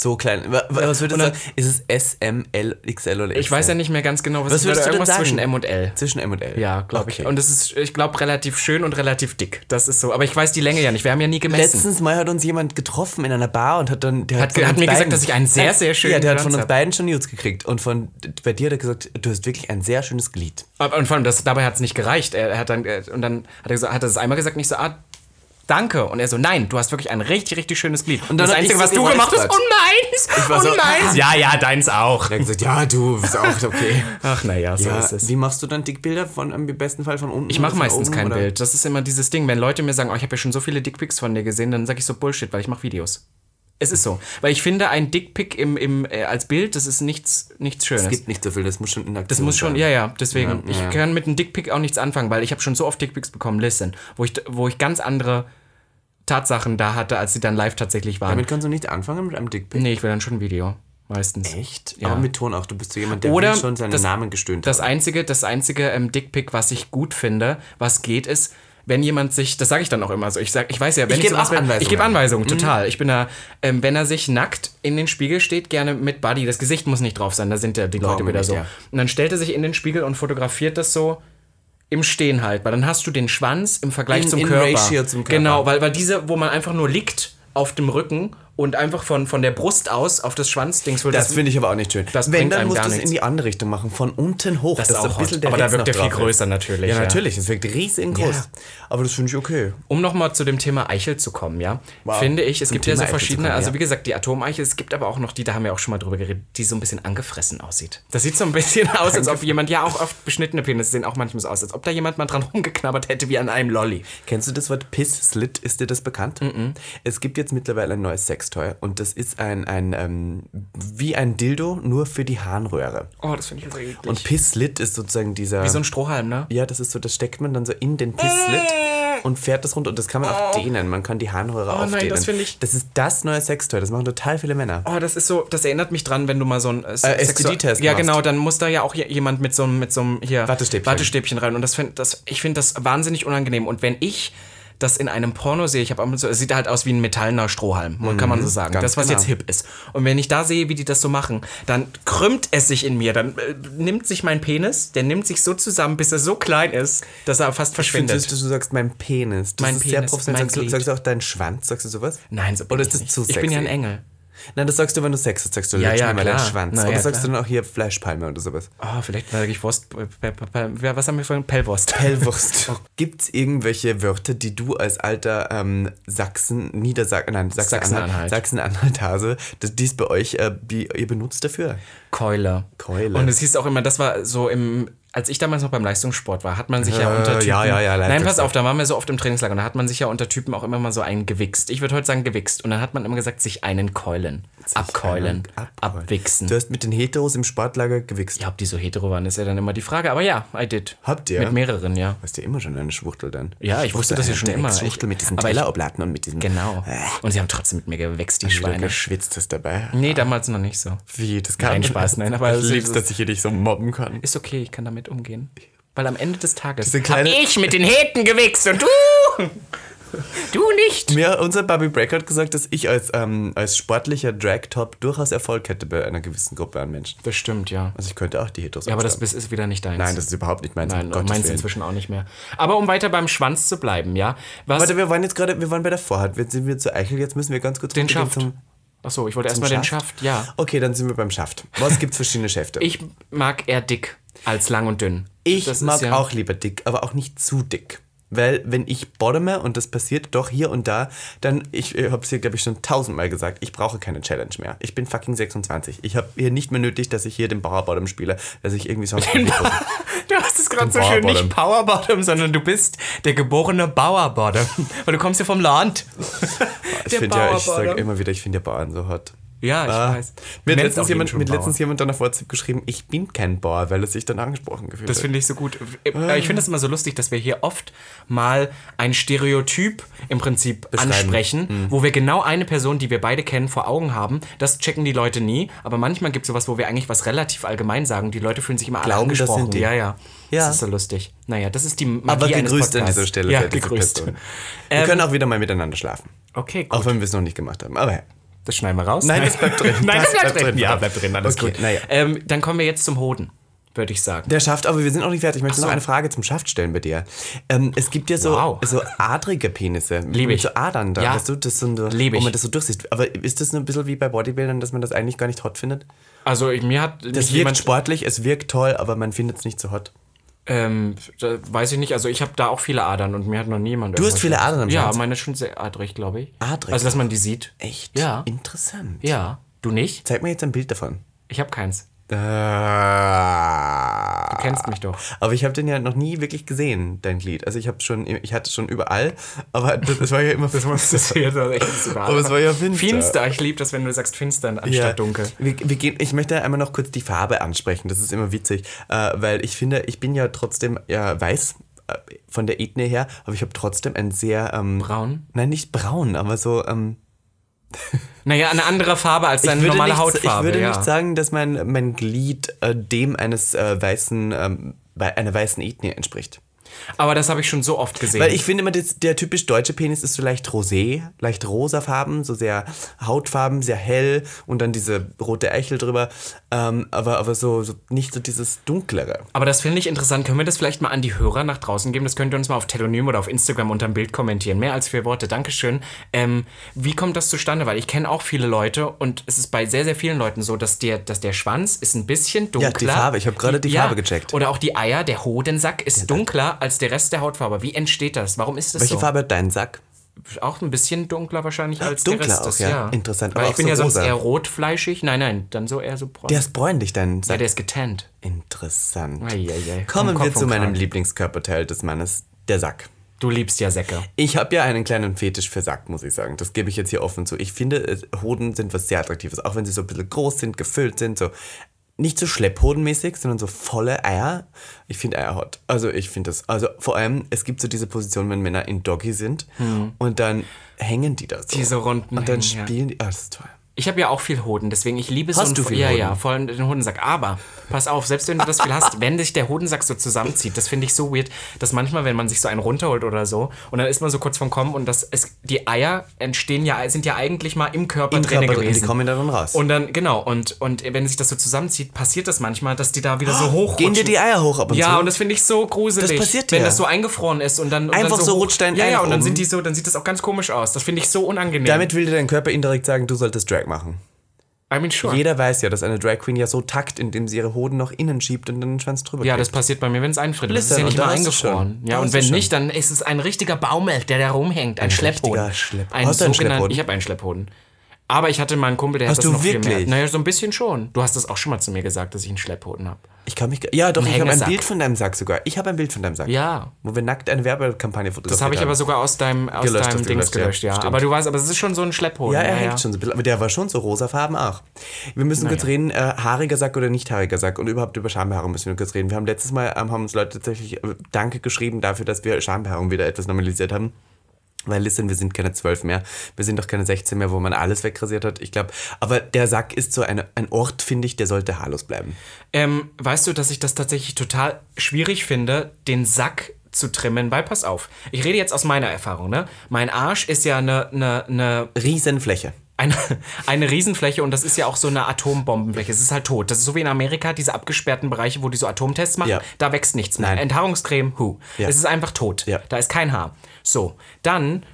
[SPEAKER 1] So klein. Wa- wa- Was würdest du sagen? Ist es S, M, L, X, L oder XL?
[SPEAKER 2] ich weiß ja nicht mehr ganz genau, was,
[SPEAKER 1] Was
[SPEAKER 2] ich würde
[SPEAKER 1] würdest du denn
[SPEAKER 2] irgendwas
[SPEAKER 1] sagen?
[SPEAKER 2] zwischen M und L.
[SPEAKER 1] Zwischen M und L.
[SPEAKER 2] Ja, glaube ich.
[SPEAKER 1] Okay.
[SPEAKER 2] Und es ist, ich glaube, relativ schön und relativ dick. Das ist so. Aber ich weiß die Länge ja nicht. Wir haben ja nie gemessen.
[SPEAKER 1] Letztens mal hat uns jemand getroffen in einer Bar und hat dann. Der
[SPEAKER 2] Hat ge-
[SPEAKER 1] von
[SPEAKER 2] hat
[SPEAKER 1] uns
[SPEAKER 2] mir gesagt, dass ich einen sehr, sehr schönen
[SPEAKER 1] Ja, der hat von
[SPEAKER 2] Schwanz
[SPEAKER 1] uns
[SPEAKER 2] hab.
[SPEAKER 1] beiden schon News gekriegt. Und von, bei dir hat er gesagt, du hast wirklich ein sehr schönes Glied.
[SPEAKER 2] Aber- Und vor allem, das, dabei hat es nicht gereicht. Er er hat dann, äh, und dann hat er, gesagt, hat er das einmal gesagt, nicht so, ah, danke. Und er so, nein, du hast wirklich ein richtig, richtig schönes Glied. Und,
[SPEAKER 1] dann
[SPEAKER 2] das
[SPEAKER 1] hab ich
[SPEAKER 2] Einzige,
[SPEAKER 1] so
[SPEAKER 2] was du
[SPEAKER 1] geräuspert.
[SPEAKER 2] gemacht hast, oh und meins!
[SPEAKER 1] war
[SPEAKER 2] und
[SPEAKER 1] so, *laughs*
[SPEAKER 2] meins! Ja, ja, deins auch.
[SPEAKER 1] Er hat gesagt, ja, du bist
[SPEAKER 2] *laughs*
[SPEAKER 1] auch okay.
[SPEAKER 2] Ach, naja, so
[SPEAKER 1] Ja,
[SPEAKER 2] ist es.
[SPEAKER 1] wie machst du dann Dickbilder von im besten Fall von unten?
[SPEAKER 2] Ich mache
[SPEAKER 1] oder von
[SPEAKER 2] meistens
[SPEAKER 1] oben,
[SPEAKER 2] kein
[SPEAKER 1] oder?
[SPEAKER 2] Bild. Das ist immer dieses Ding, wenn Leute mir sagen, oh, ich habe ja schon so viele Dickpics von dir gesehen, dann sage ich so Bullshit, weil ich mache Videos. Es ist so, weil ich finde, ein Dickpic im, im, äh, als Bild, das ist nichts, nichts Schönes.
[SPEAKER 1] Es gibt nicht so viel, das muss schon in Aktion
[SPEAKER 2] Das muss schon,
[SPEAKER 1] sein.
[SPEAKER 2] ja, ja, deswegen.
[SPEAKER 1] Ja,
[SPEAKER 2] ich
[SPEAKER 1] ja.
[SPEAKER 2] kann mit einem Dickpick auch nichts anfangen, weil ich habe schon so oft Dickpics bekommen, listen, wo ich, wo ich ganz andere Tatsachen da hatte, als sie dann live tatsächlich waren.
[SPEAKER 1] Damit kannst du nicht anfangen mit einem Dickbild.
[SPEAKER 2] nee, ich will dann schon ein Video, meistens.
[SPEAKER 1] Echt?
[SPEAKER 2] Ja.
[SPEAKER 1] Aber mit Ton auch. Du bist so jemand, der
[SPEAKER 2] Oder
[SPEAKER 1] will schon seinen
[SPEAKER 2] das-
[SPEAKER 1] Namen gestöhnt
[SPEAKER 2] Das
[SPEAKER 1] hat.
[SPEAKER 2] einzige, das einzige ähm, Dickpick, was ich gut finde, was geht, ist, wenn jemand sich, das sage ich dann auch immer so, ich sag, ich weiß ja, wenn
[SPEAKER 1] Ich
[SPEAKER 2] ich,
[SPEAKER 1] geb
[SPEAKER 2] sowas
[SPEAKER 1] auch
[SPEAKER 2] will-
[SPEAKER 1] Anweisungen. Mhm.
[SPEAKER 2] ich gebe Anweisungen, total. Ich bin da, ähm, wenn er sich nackt in den Spiegel steht, gerne mit Buddy, das Gesicht muss nicht drauf sein, da sind ja die Leute
[SPEAKER 1] Brauchen wir
[SPEAKER 2] wieder
[SPEAKER 1] nicht,
[SPEAKER 2] so.
[SPEAKER 1] ja.
[SPEAKER 2] Und dann stellt er sich in den Spiegel und fotografiert das so im Stehen halt, weil dann hast du den Schwanz im Vergleich
[SPEAKER 1] In-
[SPEAKER 2] zum,
[SPEAKER 1] in
[SPEAKER 2] Körper.
[SPEAKER 1] Ratio zum Körper.
[SPEAKER 2] Genau, weil, weil diese, wo man einfach nur liegt auf dem Rücken und einfach von, von der Brust aus auf das Schwanzdings will,
[SPEAKER 1] Das finde ich aber auch nicht schön.
[SPEAKER 2] das
[SPEAKER 1] Wenn,
[SPEAKER 2] bringt
[SPEAKER 1] dann
[SPEAKER 2] einem
[SPEAKER 1] musst
[SPEAKER 2] gar
[SPEAKER 1] du es in
[SPEAKER 2] nichts.
[SPEAKER 1] die andere Richtung machen, von unten hoch.
[SPEAKER 2] das ist auch
[SPEAKER 1] ein bisschen
[SPEAKER 2] hot.
[SPEAKER 1] der
[SPEAKER 2] Aber da
[SPEAKER 1] Hetz
[SPEAKER 2] wirkt er
[SPEAKER 1] noch
[SPEAKER 2] viel
[SPEAKER 1] drauf ist.
[SPEAKER 2] größer natürlich.
[SPEAKER 1] Ja, natürlich. Es wirkt riesig groß. Aber das finde ich okay.
[SPEAKER 2] um nochmal zu dem Thema Eichel zu kommen, ja,
[SPEAKER 1] Wow.
[SPEAKER 2] finde ich, es
[SPEAKER 1] Zum
[SPEAKER 2] gibt
[SPEAKER 1] Thema
[SPEAKER 2] ja so
[SPEAKER 1] Eichel zu
[SPEAKER 2] verschiedene,
[SPEAKER 1] kommen,
[SPEAKER 2] also
[SPEAKER 1] ja.
[SPEAKER 2] wie gesagt, die Atomeichel, es gibt aber auch noch die, da haben wir auch schon mal drüber geredet, die so ein bisschen angefressen aussieht. Das sieht so ein
[SPEAKER 1] *laughs*
[SPEAKER 2] bisschen aus, als ob jemand, ja auch oft beschnittene Penisse sehen auch manchmal so aus, als ob da jemand mal dran rumgeknabbert hätte wie an einem Lolli.
[SPEAKER 1] Kennst du das Wort Piss-Slit? Ist dir das bekannt? Es gibt jetzt mittlerweile ein neues Sextoy und das ist ein, ein ähm, wie ein Dildo, nur für die Harnröhre.
[SPEAKER 2] Oh, das finde ich also eklig.
[SPEAKER 1] Und
[SPEAKER 2] Und
[SPEAKER 1] Piss-Slit ist sozusagen dieser...
[SPEAKER 2] wie so ein Strohhalm, ne?
[SPEAKER 1] Ja, das ist so, das steckt man dann so in den Pisslit und fährt das runter. Und das kann man auch dehnen. Man kann die Harnröhre
[SPEAKER 2] Äh. Oh. nein,
[SPEAKER 1] aufdehnen.
[SPEAKER 2] das finde ich-
[SPEAKER 1] das ist das neue Sextoy. Das machen total viele Männer.
[SPEAKER 2] Oh, das ist so, das erinnert mich dran, wenn du mal so einen äh, Sexu-
[SPEAKER 1] STD-Test
[SPEAKER 2] Ja,
[SPEAKER 1] machst.
[SPEAKER 2] genau, dann muss da ja auch hier jemand mit so einem mit so einem hier
[SPEAKER 1] Wattestäbchen.
[SPEAKER 2] Wattestäbchen rein und das find, das ich finde das wahnsinnig unangenehm und wenn ich das in einem Porno sehe, ich habe ab und zu, es sieht halt aus wie ein metallener Strohhalm, kann man so sagen.
[SPEAKER 1] ganz
[SPEAKER 2] Das, was
[SPEAKER 1] genau.
[SPEAKER 2] jetzt hip ist. Und wenn ich da sehe, wie die das so machen, dann krümmt es sich in mir, dann äh, nimmt sich mein Penis, der nimmt sich so zusammen, bis er so klein ist, dass er fast
[SPEAKER 1] Ich finde,
[SPEAKER 2] verschwindet.
[SPEAKER 1] dass du sagst, mein Penis. Das
[SPEAKER 2] Mein
[SPEAKER 1] ist sehr
[SPEAKER 2] Penis,
[SPEAKER 1] professionell.
[SPEAKER 2] mein
[SPEAKER 1] Sagst du,
[SPEAKER 2] Glied.
[SPEAKER 1] sagst du auch deinen Schwanz? Sagst du sowas?
[SPEAKER 2] Nein, so bin
[SPEAKER 1] Oder
[SPEAKER 2] ich
[SPEAKER 1] ist das
[SPEAKER 2] nicht.
[SPEAKER 1] zu
[SPEAKER 2] Ich bin ja ein
[SPEAKER 1] sexy?
[SPEAKER 2] Engel.
[SPEAKER 1] Nein, das sagst du, wenn du Sex hast. Sagst du,
[SPEAKER 2] Ja,
[SPEAKER 1] lutsch
[SPEAKER 2] ja,
[SPEAKER 1] mir mal deinen
[SPEAKER 2] klar.
[SPEAKER 1] Schwanz.
[SPEAKER 2] Na
[SPEAKER 1] oder
[SPEAKER 2] ja,
[SPEAKER 1] sagst du
[SPEAKER 2] klar.
[SPEAKER 1] dann auch hier Fleischpalme oder sowas?
[SPEAKER 2] Oh, vielleicht sage ich Wurst. Pe- pe- pe- pe- Was haben wir vorhin? Pellwurst. *laughs*
[SPEAKER 1] Pellwurst. Gibt es irgendwelche Wörter, die du als alter ähm, Sachsen, Niedersachsen, nein, Sachsen-Anhalt,
[SPEAKER 2] Sachsen-Anhalt.
[SPEAKER 1] Sachsen-Anhalt-Hase, das- die es bei euch, äh, die ihr benutzt dafür?
[SPEAKER 2] Keule.
[SPEAKER 1] Keule.
[SPEAKER 2] Und es hieß auch immer, das war so im, als ich damals noch beim Leistungssport war, hat man sich ja
[SPEAKER 1] Äh,
[SPEAKER 2] unter Typen.
[SPEAKER 1] ja, ja, ja,
[SPEAKER 2] Nein, pass
[SPEAKER 1] Leistungssport.
[SPEAKER 2] auf, da waren wir so oft im Trainingslager und da hat man sich ja unter Typen auch immer mal so einen gewichst. Ich würde heute sagen gewichst. Und dann hat man immer gesagt, sich einen keulen. abkeulen.
[SPEAKER 1] Abheulen.
[SPEAKER 2] Abwichsen.
[SPEAKER 1] Du hast mit den Heteros im Sportlager gewichst.
[SPEAKER 2] ja, ob die so hetero waren, ist ja dann immer die Frage. Aber ja, I did.
[SPEAKER 1] Habt ihr?
[SPEAKER 2] Mit mehreren, ja.
[SPEAKER 1] Du hast ja immer schon eine Schwuchtel dann.
[SPEAKER 2] Ja, ich wusste das ja schon immer.
[SPEAKER 1] Schwuchtel
[SPEAKER 2] Ich-
[SPEAKER 1] mit diesen
[SPEAKER 2] aber ich-
[SPEAKER 1] Telleroblaten und mit diesen.
[SPEAKER 2] Genau.
[SPEAKER 1] Äh.
[SPEAKER 2] Und sie haben trotzdem mit mir gewichst, die
[SPEAKER 1] Du
[SPEAKER 2] Schweine.
[SPEAKER 1] geschwitzt hast dabei.
[SPEAKER 2] Nee, damals noch nicht so.
[SPEAKER 1] Wie, das kann
[SPEAKER 2] Nein, Spaß,
[SPEAKER 1] *laughs*
[SPEAKER 2] nein, aber
[SPEAKER 1] ich
[SPEAKER 2] es
[SPEAKER 1] lieb's,
[SPEAKER 2] ist-
[SPEAKER 1] dass ich hier dich so mobben kann.
[SPEAKER 2] Ist okay, ich kann damit umgehen. Weil am Ende des Tages
[SPEAKER 1] Diese
[SPEAKER 2] hab
[SPEAKER 1] kleine-
[SPEAKER 2] ich mit den Heten gewichst und du! Du nicht!
[SPEAKER 1] Mir, unser Bobby Breck hat gesagt, dass ich als, ähm, als sportlicher Drag-Top durchaus Erfolg hätte bei einer gewissen Gruppe an Menschen.
[SPEAKER 2] Das stimmt, ja.
[SPEAKER 1] Also ich könnte auch die Heteros
[SPEAKER 2] Ja, aber das
[SPEAKER 1] abstammen.
[SPEAKER 2] Biss ist wieder nicht deins.
[SPEAKER 1] Nein, das ist überhaupt nicht meins.
[SPEAKER 2] Nein,
[SPEAKER 1] um Gottes
[SPEAKER 2] meins
[SPEAKER 1] Willen.
[SPEAKER 2] inzwischen auch nicht mehr. Aber um weiter beim Schwanz zu bleiben, ja. Was
[SPEAKER 1] Warte, wir waren jetzt gerade, wir waren bei der Vorhand. Jetzt sind wir zu Eichel, jetzt müssen wir ganz kurz
[SPEAKER 2] den
[SPEAKER 1] runtergehen
[SPEAKER 2] Schaft?
[SPEAKER 1] zum-
[SPEAKER 2] Achso, ich wollte erstmal den Schaft, ja.
[SPEAKER 1] Okay, dann sind wir beim Schaft. Was gibt's verschiedene Schäfte?
[SPEAKER 2] Ich mag eher dick als lang und dünn.
[SPEAKER 1] Ich
[SPEAKER 2] Das ist
[SPEAKER 1] mag *laughs*
[SPEAKER 2] ja- *laughs*
[SPEAKER 1] auch lieber dick, aber auch nicht zu dick. Weil wenn ich bottomer, und das passiert doch hier und da, dann, ich äh, habe es hier, glaube ich, schon tausendmal gesagt, ich brauche keine Challenge mehr. Ich bin fucking 26. Ich habe hier nicht mehr nötig, dass ich hier den Bauerbottom spiele, dass ich irgendwie
[SPEAKER 2] *laughs*
[SPEAKER 1] sonst...
[SPEAKER 2] Genau. Du hast es gerade so schön,
[SPEAKER 1] Bauerbottom.
[SPEAKER 2] nicht Powerbottom, sondern du bist der geborene Bauerbottom. *laughs* Weil du kommst ja
[SPEAKER 1] *laughs*
[SPEAKER 2] vom Land.
[SPEAKER 1] ich finde ja, ich sage immer wieder, ich finde ja Bauern so hot.
[SPEAKER 2] Ja, ich
[SPEAKER 1] Ah,
[SPEAKER 2] weiß.
[SPEAKER 1] Mir hat
[SPEAKER 2] Nennst
[SPEAKER 1] letztens
[SPEAKER 2] auch jeden
[SPEAKER 1] jemand,
[SPEAKER 2] schon
[SPEAKER 1] mit
[SPEAKER 2] Bauer.
[SPEAKER 1] letztens jemand dann auf WhatsApp geschrieben, ich bin kein Bauer, weil es sich dann angesprochen gefühlt
[SPEAKER 2] Das
[SPEAKER 1] hat.
[SPEAKER 2] finde ich so gut. Äh, Ich finde das immer so lustig, dass wir hier oft mal ein Stereotyp im Prinzip ansprechen,
[SPEAKER 1] Mhm.
[SPEAKER 2] wo wir genau eine Person, die wir beide kennen, vor Augen haben. Das checken die Leute nie. Aber manchmal gibt es sowas, wo wir eigentlich was relativ allgemein sagen. Die Leute fühlen sich immer alle
[SPEAKER 1] Glauben, das sind
[SPEAKER 2] angesprochen.
[SPEAKER 1] die.
[SPEAKER 2] Ja, ja,
[SPEAKER 1] Ja.
[SPEAKER 2] Das ist so lustig. Naja, das ist die Magie
[SPEAKER 1] Aber
[SPEAKER 2] eines
[SPEAKER 1] gegrüßt an
[SPEAKER 2] Podcasts.
[SPEAKER 1] dieser Stelle.
[SPEAKER 2] Ja,
[SPEAKER 1] sei diese
[SPEAKER 2] gegrüßt. *laughs*
[SPEAKER 1] Person. Wir können auch wieder mal miteinander schlafen.
[SPEAKER 2] Ähm, Okay, ähm gut.
[SPEAKER 1] Auch wenn wir es noch nicht gemacht haben. Aber ja.
[SPEAKER 2] Das schneiden wir
[SPEAKER 1] *laughs*
[SPEAKER 2] raus.
[SPEAKER 1] Nein, das bleibt drin.
[SPEAKER 2] Nein, das,
[SPEAKER 1] Das
[SPEAKER 2] bleibt
[SPEAKER 1] bleibt
[SPEAKER 2] drin.
[SPEAKER 1] drin.
[SPEAKER 2] Ja, bleibt drin, alles
[SPEAKER 1] Okay,
[SPEAKER 2] *laughs* gut.
[SPEAKER 1] naja.
[SPEAKER 2] Ähm, dann kommen wir jetzt zum Hoden, würde ich sagen.
[SPEAKER 1] Der Schaft, aber wir sind noch nicht fertig. Ich möchte
[SPEAKER 2] so.
[SPEAKER 1] noch eine Frage zum Schaft stellen bei dir. Ähm, es gibt ja so,
[SPEAKER 2] Wow.
[SPEAKER 1] so adrige Penisse.
[SPEAKER 2] Lieb
[SPEAKER 1] mit
[SPEAKER 2] ich.
[SPEAKER 1] So Adern da.
[SPEAKER 2] Ja.
[SPEAKER 1] Weißt du, das so ein,
[SPEAKER 2] Lieb
[SPEAKER 1] Wo
[SPEAKER 2] ich.
[SPEAKER 1] man das so durchsieht. Aber ist das nur ein bisschen wie bei Bodybuildern, dass man das eigentlich gar nicht hot findet?
[SPEAKER 2] Also ich- mir hat
[SPEAKER 1] Es
[SPEAKER 2] mich
[SPEAKER 1] wirkt
[SPEAKER 2] jemand,
[SPEAKER 1] sportlich, es wirkt toll, aber man findet es nicht so hot.
[SPEAKER 2] ähm, da, weiß ich nicht, also ich habe da auch viele Adern und mir hat noch niemand.
[SPEAKER 1] Du hast viele Adern am
[SPEAKER 2] Ja,
[SPEAKER 1] Schwanz?
[SPEAKER 2] meine ist schon sehr adrig, glaube ich.
[SPEAKER 1] Adrig?
[SPEAKER 2] Also dass man die sieht.
[SPEAKER 1] Echt?
[SPEAKER 2] Ja.
[SPEAKER 1] Interessant.
[SPEAKER 2] Ja. Du nicht?
[SPEAKER 1] Zeig mir jetzt ein Bild davon.
[SPEAKER 2] Ich habe keins.
[SPEAKER 1] Ah.
[SPEAKER 2] Du kennst mich doch.
[SPEAKER 1] Aber ich habe den ja noch nie wirklich gesehen, dein Glied. Also ich habe schon, ich hatte es schon überall, aber das, das war ja
[SPEAKER 2] *laughs*
[SPEAKER 1] immer *laughs* das
[SPEAKER 2] Das hier doch echt sogar.
[SPEAKER 1] Aber es war ja finster.
[SPEAKER 2] Finster, ich liebe das, wenn du sagst finster anstatt
[SPEAKER 1] ja.
[SPEAKER 2] dunkel.
[SPEAKER 1] Wir, wir gehen, ich möchte einmal noch kurz die Farbe ansprechen. Das ist immer witzig, äh, weil ich finde, ich bin ja trotzdem ja, weiß äh, von der Ethnie her, aber ich habe trotzdem ein sehr ähm,
[SPEAKER 2] Braun?
[SPEAKER 1] Nein, nicht braun, aber so ähm,
[SPEAKER 2] Naja, eine andere Farbe als deine
[SPEAKER 1] ich würde
[SPEAKER 2] normale
[SPEAKER 1] nicht,
[SPEAKER 2] Hautfarbe.
[SPEAKER 1] Ich würde
[SPEAKER 2] ja.
[SPEAKER 1] nicht sagen, dass mein, mein Glied äh, dem eines äh, weißen, ähm, wei- einer weißen Ethnie entspricht.
[SPEAKER 2] Aber das habe ich schon so oft gesehen.
[SPEAKER 1] Weil ich finde immer, das, der typisch deutsche Penis ist so leicht rosé, leicht rosafarben, so sehr Hautfarben, sehr hell und dann diese rote Eichel drüber. Ähm, aber aber so, so nicht so dieses dunklere.
[SPEAKER 2] Aber das finde ich interessant. Können wir das vielleicht mal an die Hörer nach draußen geben? Das könnt ihr uns mal auf Telonym oder auf Instagram unter dem Bild kommentieren. Mehr als vier Worte. Dankeschön. Ähm, wie kommt das zustande? Weil ich kenne auch viele Leute und es ist bei sehr, sehr vielen Leuten so, dass der, dass der Schwanz ist ein bisschen dunkler.
[SPEAKER 1] Farbe. Ich habe gerade die
[SPEAKER 2] Ja,
[SPEAKER 1] Farbe gecheckt.
[SPEAKER 2] Oder auch die Eier, der Hodensack ist dunkler als der Rest der Hautfarbe. Wie entsteht das? Warum ist das
[SPEAKER 1] Welche
[SPEAKER 2] so?
[SPEAKER 1] Farbe hat dein Sack?
[SPEAKER 2] Auch ein bisschen dunkler wahrscheinlich als
[SPEAKER 1] Dunkler
[SPEAKER 2] der Rest
[SPEAKER 1] auch,
[SPEAKER 2] des,
[SPEAKER 1] ja. Interessant,
[SPEAKER 2] Weil
[SPEAKER 1] aber
[SPEAKER 2] ich
[SPEAKER 1] auch
[SPEAKER 2] bin
[SPEAKER 1] so
[SPEAKER 2] ja sonst
[SPEAKER 1] rosa.
[SPEAKER 2] eher rotfleischig. Nein, nein, dann so eher so braun.
[SPEAKER 1] Der ist bräunlich, dein
[SPEAKER 2] ja,
[SPEAKER 1] Sack.
[SPEAKER 2] der ist getannt.
[SPEAKER 1] Interessant.
[SPEAKER 2] Ei, ei, ei. Vom
[SPEAKER 1] Kommen
[SPEAKER 2] Kopf
[SPEAKER 1] wir zu
[SPEAKER 2] und
[SPEAKER 1] meinem
[SPEAKER 2] Kragen.
[SPEAKER 1] Lieblingskörperteil des Mannes, der Sack.
[SPEAKER 2] Du liebst ja Säcke.
[SPEAKER 1] Ich habe ja einen kleinen Fetisch für Sack, muss ich sagen. Das gebe ich jetzt hier offen zu. Ich finde, äh, Hoden sind was sehr Attraktives. Auch wenn sie so ein bisschen groß sind, gefüllt sind, so. Nicht so schlepphodenmäßig, sondern so volle Eier. Ich finde Eier hot. Also ich finde das. Also vor allem, es gibt so diese Position, wenn Männer in Doggy sind und dann hängen die da so.
[SPEAKER 2] Diese runden
[SPEAKER 1] Und dann
[SPEAKER 2] Hm. hängen, ja.
[SPEAKER 1] spielen die. Ah, das ist toll.
[SPEAKER 2] Ich habe ja auch viel Hoden, deswegen ich liebe so
[SPEAKER 1] Hast
[SPEAKER 2] einen-
[SPEAKER 1] du viel
[SPEAKER 2] ja,
[SPEAKER 1] Hoden?
[SPEAKER 2] ja, vor allem den Hodensack. Aber pass auf, selbst wenn du das viel
[SPEAKER 1] *laughs*
[SPEAKER 2] hast, wenn sich der Hodensack so zusammenzieht, das finde ich so weird, dass manchmal, wenn man sich so einen runterholt oder so, und dann ist man so kurz vom Kommen und das es, die Eier entstehen ja, sind ja eigentlich mal im Körper
[SPEAKER 1] Im
[SPEAKER 2] drin
[SPEAKER 1] Körper drin,
[SPEAKER 2] gewesen.
[SPEAKER 1] die kommen da dann raus.
[SPEAKER 2] und dann, genau, und, und wenn sich das so zusammenzieht, passiert das manchmal, dass die da wieder so hoch
[SPEAKER 1] Ah, Gehen dir die Eier hoch ab und
[SPEAKER 2] ja,
[SPEAKER 1] zu?
[SPEAKER 2] und das finde ich so gruselig.
[SPEAKER 1] Das passiert
[SPEAKER 2] Wenn
[SPEAKER 1] ja.
[SPEAKER 2] das so eingefroren ist und dann. Und
[SPEAKER 1] Einfach
[SPEAKER 2] dann
[SPEAKER 1] so
[SPEAKER 2] hoch-
[SPEAKER 1] rutscht dein
[SPEAKER 2] Ja,
[SPEAKER 1] Ei
[SPEAKER 2] ja, und dann
[SPEAKER 1] oben.
[SPEAKER 2] sind die so, dann sieht das auch ganz komisch aus. Das finde ich so unangenehm.
[SPEAKER 1] Damit will dir dein Körper indirekt sagen, du solltest Drag machen.
[SPEAKER 2] I mean, sure.
[SPEAKER 1] Jeder weiß ja, dass eine Drag Queen ja so takt, indem sie ihre Hoden noch innen schiebt und dann den Schwanz drüber
[SPEAKER 2] Ja,
[SPEAKER 1] kriegt.
[SPEAKER 2] das passiert bei mir, wenn es einfriert. Das ist
[SPEAKER 1] Blistern,
[SPEAKER 2] ja nicht
[SPEAKER 1] und
[SPEAKER 2] mal
[SPEAKER 1] da ist es
[SPEAKER 2] eingefroren.
[SPEAKER 1] schon.
[SPEAKER 2] Ja,
[SPEAKER 1] Da
[SPEAKER 2] und
[SPEAKER 1] ist
[SPEAKER 2] wenn
[SPEAKER 1] es schon.
[SPEAKER 2] nicht, dann ist es ein richtiger Baumel, der da rumhängt. Ein, Schlepphoden.
[SPEAKER 1] richtiger Schlepp-
[SPEAKER 2] Ein
[SPEAKER 1] Hast du einen
[SPEAKER 2] sogenannten.
[SPEAKER 1] Schlepphoden?
[SPEAKER 2] Ich habe einen Schlepphoden. Aber ich hatte mal einen Kumpel, der
[SPEAKER 1] Hast
[SPEAKER 2] hat
[SPEAKER 1] du
[SPEAKER 2] das noch viel mehr.
[SPEAKER 1] wirklich?
[SPEAKER 2] Naja, so ein bisschen schon. Du hast das auch schon mal zu mir gesagt, dass ich einen Schlepphoden habe.
[SPEAKER 1] Ich kann mich. Ja, doch, ich habe ein
[SPEAKER 2] Hängesack.
[SPEAKER 1] Bild von deinem Sack sogar. Ich habe ein Bild von deinem Sack.
[SPEAKER 2] Ja.
[SPEAKER 1] Wo wir nackt eine Werbekampagne fotografiert
[SPEAKER 2] Das habe ich aber sogar aus deinem, aus
[SPEAKER 1] Gelöscht,
[SPEAKER 2] deinem
[SPEAKER 1] hast du
[SPEAKER 2] Dings
[SPEAKER 1] gelöscht, ja.
[SPEAKER 2] gelöscht, ja.
[SPEAKER 1] Stimmt.
[SPEAKER 2] Aber du weißt, aber es ist schon so ein Schlepphoden.
[SPEAKER 1] Ja, er hängt schon so ein bisschen. Aber der war schon so rosafarben auch. Wir müssen kurz reden, äh, haariger Sack oder nicht haariger Sack. Und überhaupt über Schambehaarung müssen wir kurz reden. Wir haben letztes Mal, ähm, haben uns Leute tatsächlich äh, Danke geschrieben dafür, dass wir Schambehaarung wieder etwas normalisiert haben. Weil listen, wir sind keine 12 mehr. Wir sind doch keine 16 mehr, wo man alles wegrasiert hat. Ich glaube, aber der Sack ist so eine, ein Ort, finde ich, der sollte haarlos bleiben.
[SPEAKER 2] Ähm, weißt du, dass ich das tatsächlich total schwierig finde, den Sack zu trimmen, weil pass auf, ich rede jetzt aus meiner Erfahrung, ne? Mein Arsch ist ja eine, eine, eine
[SPEAKER 1] Riesenfläche.
[SPEAKER 2] eine, eine Riesenfläche und das ist ja auch so eine Atombombenfläche. Es ist halt tot. Das ist so wie in Amerika, diese abgesperrten Bereiche, wo die so Atomtests machen.
[SPEAKER 1] Ja.
[SPEAKER 2] Da wächst nichts mehr.
[SPEAKER 1] Nein.
[SPEAKER 2] Enthaarungscreme, hu. Es ist einfach tot.
[SPEAKER 1] Ja.
[SPEAKER 2] Da ist kein Haar. So, dann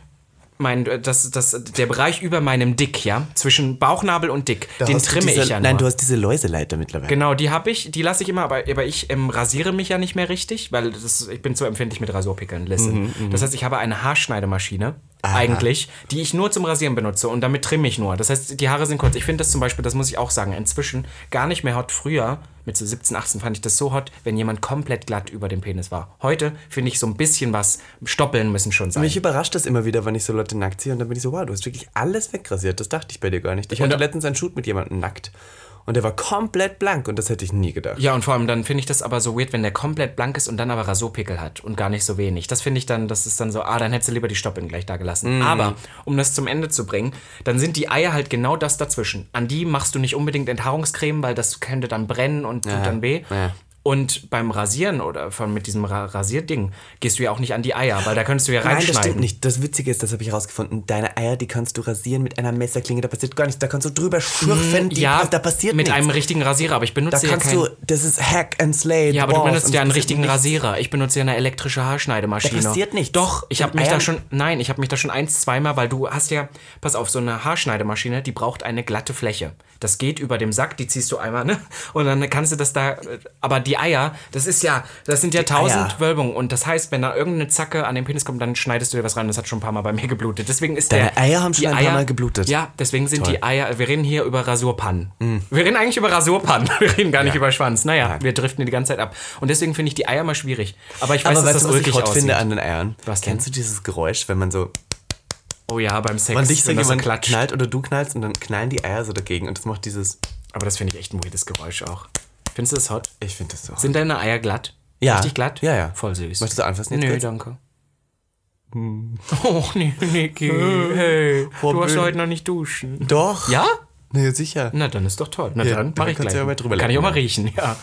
[SPEAKER 2] mein, äh, das, das, der Bereich über meinem Dick, ja, zwischen Bauchnabel und Dick,
[SPEAKER 1] Da
[SPEAKER 2] den
[SPEAKER 1] hast du
[SPEAKER 2] trimme
[SPEAKER 1] diese,
[SPEAKER 2] ich ja nur.
[SPEAKER 1] Nein, du hast diese Läuseleiter mittlerweile.
[SPEAKER 2] Genau, die habe ich, die lasse ich immer, aber, aber ich ähm, rasiere mich ja nicht mehr richtig, weil das, ich bin zu empfindlich mit Rasurpickeln, listen. das heißt, ich habe eine Haarschneidemaschine. Eigentlich, die ich nur zum Rasieren benutze und damit trimme ich nur. Das heißt, die Haare sind kurz. Ich finde das zum Beispiel, das muss ich auch sagen, inzwischen gar nicht mehr hot. Früher, mit so 17, 18, fand ich das so hot, wenn jemand komplett glatt über dem Penis war. Heute finde ich so ein bisschen was, Stoppeln müssen schon sein.
[SPEAKER 1] Mich überrascht das immer wieder, wenn ich so Leute nackt sehe und dann bin ich so, wow, du hast wirklich alles wegrasiert. Das dachte ich bei dir gar nicht. Ich hatte
[SPEAKER 2] Und-
[SPEAKER 1] letztens einen Shoot mit jemandem nackt und der war komplett blank und das hätte ich nie gedacht.
[SPEAKER 2] Ja, und vor allem dann finde ich das aber so weird, wenn der komplett blank ist und dann aber Rasurpickel hat und gar nicht so wenig. Das finde ich dann, das ist dann so, ah, dann hättest du lieber die Stoppeln gleich da
[SPEAKER 1] Mhm.
[SPEAKER 2] gelassen. Aber, um das zum Ende zu bringen, dann sind die Eier halt genau das dazwischen. An die machst du nicht unbedingt Enthaarungscreme, weil das könnte dann brennen und tut dann weh.
[SPEAKER 1] ja.
[SPEAKER 2] Und beim Rasieren oder von mit diesem Ra Rasierding gehst du ja auch nicht an die Eier, weil da könntest du ja
[SPEAKER 1] Nein, das
[SPEAKER 2] reinschneiden.
[SPEAKER 1] stimmt nicht. Das Witzige ist, das habe ich rausgefunden. Deine Eier, die kannst du rasieren mit einer Messerklinge. Da passiert gar nichts. Da kannst du drüber schürfen. Die,
[SPEAKER 2] Hm, ja,
[SPEAKER 1] da passiert
[SPEAKER 2] mit
[SPEAKER 1] nichts.
[SPEAKER 2] einem richtigen Rasierer, aber ich
[SPEAKER 1] da
[SPEAKER 2] benutze ja
[SPEAKER 1] kannst
[SPEAKER 2] keinen.
[SPEAKER 1] du, das ist Hack and Slay.
[SPEAKER 2] Ja, aber du
[SPEAKER 1] Balls
[SPEAKER 2] benutzt
[SPEAKER 1] und es
[SPEAKER 2] ja einen
[SPEAKER 1] passiert
[SPEAKER 2] richtigen
[SPEAKER 1] nichts.
[SPEAKER 2] Rasierer. Ich benutze ja eine elektrische Haarschneidemaschine.
[SPEAKER 1] Da passiert nichts.
[SPEAKER 2] Doch, ich habe
[SPEAKER 1] Mit
[SPEAKER 2] mich da
[SPEAKER 1] Eiern-
[SPEAKER 2] schon. Nein, ich habe mich da schon eins, zweimal, weil du hast ja, pass auf, so eine Haarschneidemaschine, die braucht eine glatte Fläche. Das geht über dem Sack, die ziehst du einmal, ne? Und dann kannst du das da. Aber die Eier, das ist ja, das sind ja tausend
[SPEAKER 1] Eier.
[SPEAKER 2] Wölbungen. Und das heißt, wenn da irgendeine Zacke an den Penis kommt, dann schneidest du dir was rein. Das hat schon ein paar Mal bei mir geblutet. Deswegen ist
[SPEAKER 1] Deine
[SPEAKER 2] der,
[SPEAKER 1] Eier haben schon
[SPEAKER 2] die
[SPEAKER 1] ein paar
[SPEAKER 2] Eier-
[SPEAKER 1] Mal geblutet.
[SPEAKER 2] Ja, deswegen sind die Eier. Wir reden hier über Rasurpannen. Wir reden eigentlich über Rasurpannen. *laughs* Wir reden gar nicht über Schwanz. Naja, wir driften die ganze Zeit ab. Und deswegen finde ich die Eier mal schwierig. Aber ich weiß,
[SPEAKER 1] Aber
[SPEAKER 2] dass
[SPEAKER 1] weißt
[SPEAKER 2] das
[SPEAKER 1] du, was ich
[SPEAKER 2] wirklich
[SPEAKER 1] hot
[SPEAKER 2] aussieht.
[SPEAKER 1] finde an den Eiern?
[SPEAKER 2] Was denn?
[SPEAKER 1] Kennst du dieses Geräusch, wenn man so,
[SPEAKER 2] oh ja, beim Sex.
[SPEAKER 1] man dich so
[SPEAKER 2] wenn das
[SPEAKER 1] jemand
[SPEAKER 2] klatscht.
[SPEAKER 1] knallt oder du knallst und dann knallen die Eier so dagegen und das macht dieses,
[SPEAKER 2] Aber das finde ich echt ein weirdes Geräusch auch. Findest du das hot?
[SPEAKER 1] ich finde das so.
[SPEAKER 2] Sind deine Eier glatt?
[SPEAKER 1] Ja.
[SPEAKER 2] Richtig glatt?
[SPEAKER 1] Ja, ja.
[SPEAKER 2] Voll süß.
[SPEAKER 1] Möchtest du anfassen jetzt
[SPEAKER 2] Nö,
[SPEAKER 1] kurz? Hm.
[SPEAKER 2] danke. *laughs* Oh, nee, Niki. Hey, du hast
[SPEAKER 1] Böhm.
[SPEAKER 2] heute noch nicht duschen.
[SPEAKER 1] Doch.
[SPEAKER 2] Ja?
[SPEAKER 1] Ja, sicher.
[SPEAKER 2] Na, dann ist doch toll. Na,
[SPEAKER 1] Ja, dann
[SPEAKER 2] dann mache ich
[SPEAKER 1] kannst du
[SPEAKER 2] gleich.
[SPEAKER 1] ja mal drüber
[SPEAKER 2] Kann ich auch
[SPEAKER 1] lecken,
[SPEAKER 2] mal riechen,
[SPEAKER 1] *laughs*
[SPEAKER 2] ja.